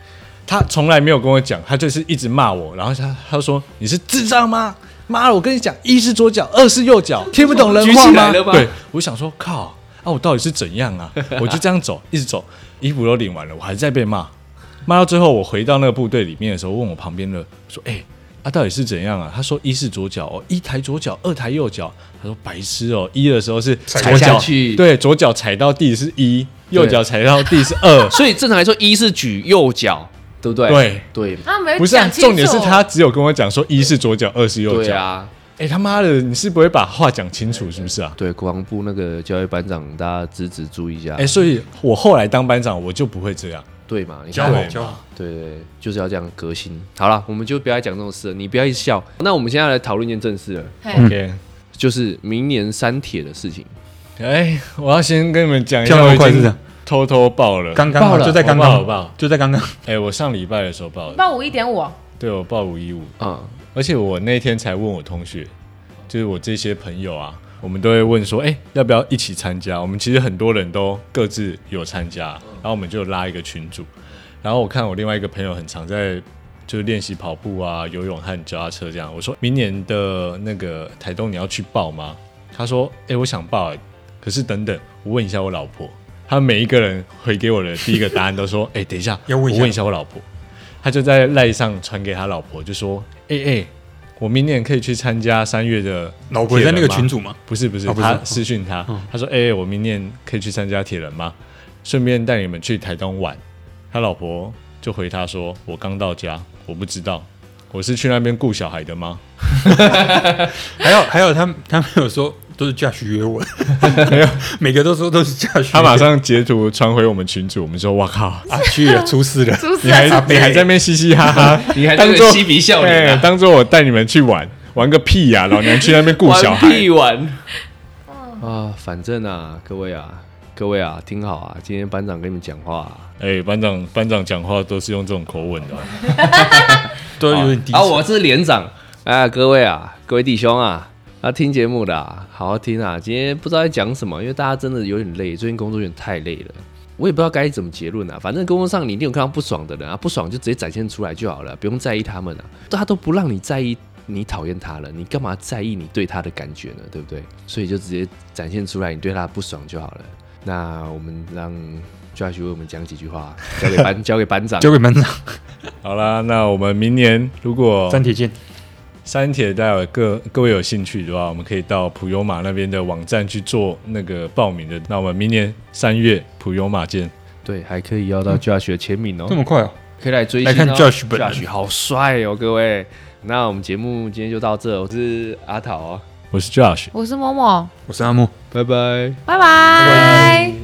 Speaker 2: 他从来没有跟我讲，他就是一直骂我，然后他他说你是智障吗？妈的，我跟你讲，一是左脚，二是右脚， 听不懂人话
Speaker 1: 举起来
Speaker 2: 吗？
Speaker 1: 了吧
Speaker 2: 对，我想说靠啊，我到底是怎样啊？我就这样走，一直走，衣服都领完了，我还在被骂，骂到最后，我回到那个部队里面的时候，问我旁边的说，哎、啊，到底是怎样啊？他说一是左脚哦，一抬左脚，二抬右脚。他说白痴哦，一的时候是
Speaker 1: 踩
Speaker 2: 左
Speaker 1: 下
Speaker 2: 脚
Speaker 1: 去
Speaker 2: 对，左脚踩到地是一，右
Speaker 1: 对
Speaker 2: 脚踩到地是二，
Speaker 1: 所以正常来说，一是举右脚，对不对？
Speaker 2: 对
Speaker 1: 对
Speaker 4: 他没有
Speaker 2: 不是啊，
Speaker 4: 哎讲清楚
Speaker 2: 重点是他只有跟我讲说一是左脚，二是右
Speaker 1: 对
Speaker 2: 脚。哎、
Speaker 1: 啊，
Speaker 2: 他妈的，你是不会把话讲清楚是不是啊？
Speaker 1: 对国防部那个教育班长，大家支持注意
Speaker 3: 啊
Speaker 1: 一下
Speaker 2: 哎、，所以我后来当班长，我就不会这样。
Speaker 1: 对嘛？你
Speaker 3: 交
Speaker 1: 看，哦
Speaker 3: 好
Speaker 2: 对
Speaker 3: 交好，
Speaker 1: 对对，对就是要这样革新。好了，我们就不要再讲这种事了，你不要一直笑。那我们现在来讨论一件正事了，
Speaker 4: 嘿
Speaker 3: 嗯
Speaker 2: OK，
Speaker 1: 就是明年删帖的事情。
Speaker 2: 哎、我要先跟你们讲一
Speaker 3: 这
Speaker 2: 下，
Speaker 3: 样那
Speaker 2: 我
Speaker 3: 么
Speaker 2: 已
Speaker 3: 快是
Speaker 2: 经
Speaker 3: 这样
Speaker 2: 偷偷报了。
Speaker 3: 刚刚
Speaker 1: 爆
Speaker 3: 好
Speaker 1: 了
Speaker 3: 就在刚
Speaker 2: 我
Speaker 3: 刚
Speaker 2: 爆了我爆了
Speaker 3: 就在刚刚，
Speaker 2: 哎、我上礼拜的时候报了，
Speaker 4: 报五一点五，
Speaker 2: 对我报五一五，
Speaker 1: 啊、
Speaker 2: 而且我那天才问我同学，就是我这些朋友啊，我们都会问说，哎、要不要一起参加？我们其实很多人都各自有参加，然后我们就拉一个群组。然后我看我另外一个朋友很常在就是练习跑步啊、游泳和脚踏车这样。我说明年的那个台东你要去报吗？他说，哎、我想报、欸，可是等等，我问一下我老婆。他每一个人回给我的第一个答案都说，哎、等一下，
Speaker 3: 要问一下
Speaker 2: 我问一下我老婆。他就在赖上传给他老婆，就说：“哎、哎、我明年可以去参加三月的
Speaker 3: 老婆也在那个群
Speaker 2: 组，
Speaker 3: 组吗？
Speaker 2: 不是不是，
Speaker 3: 哦不是
Speaker 2: 他
Speaker 3: 哦
Speaker 2: 私讯他，他说：哎、我明年可以去参加铁人吗？顺便带你们去台东玩。”他老婆就回他说：“我刚到家，我不知道，我是去那边顾小孩的吗？
Speaker 3: 还有还有，他他们有说都是 Josh 约我， 没有每个都说都是 Josh。
Speaker 2: 他马上截图传回我们群主，我们说：哇靠，
Speaker 3: 啊去了， 出事了，
Speaker 4: 是不是
Speaker 2: 你还
Speaker 4: 啊？
Speaker 2: 你还在那边嘻嘻哈哈，
Speaker 1: 你还在
Speaker 2: 当
Speaker 1: 那
Speaker 2: 做
Speaker 1: 边嬉皮笑脸啊
Speaker 2: 哎当做我带你们去玩。”玩个屁呀、老娘去那边顾小孩，
Speaker 1: 玩啊！反正啊，各位啊，各位啊，听好啊，今天班长跟你们讲话、啊，
Speaker 2: 哎、班长，班长讲话都是用这种口吻的哦、
Speaker 3: 都有点低
Speaker 1: 啊，
Speaker 3: 沉。
Speaker 1: 我是连长啊，各位啊，各位弟兄啊，啊，听节目的、啊，好好听啊。今天不知道在讲什么，因为大家真的有点累，最近工作有点太累了。我也不知道该怎么结论啊，反正工作上你一定有看到不爽的人啊，不爽就直接展现出来就好了，不用在意他们啊。他都不让你在意，你讨厌他了，你干嘛在意你对他的感觉呢？对不对？所以就直接展现出来你对他的不爽就好了。那我们让 Josh 为我们讲几句话，交给班交给班长。
Speaker 3: 交给班长，
Speaker 2: 好啦，那我们明年如果
Speaker 3: 三铁见。
Speaker 2: 三铁大有各各位有兴趣的话，我们可以到普悠玛那边的网站去做那个报名的。那我们明年三月普悠玛见。
Speaker 1: 对，还可以要到 Josh 的签名哦。
Speaker 3: 这么快啊？
Speaker 1: 可以来追星、
Speaker 3: 来
Speaker 1: 哦，
Speaker 3: 看 Josh 本人
Speaker 1: Josh 好帅哦，各位。那我们节目今天就到这，我是阿桃哦，
Speaker 2: 我是 Josh，
Speaker 4: 我是某某，
Speaker 3: 我是阿木。
Speaker 1: 拜拜。
Speaker 4: 拜拜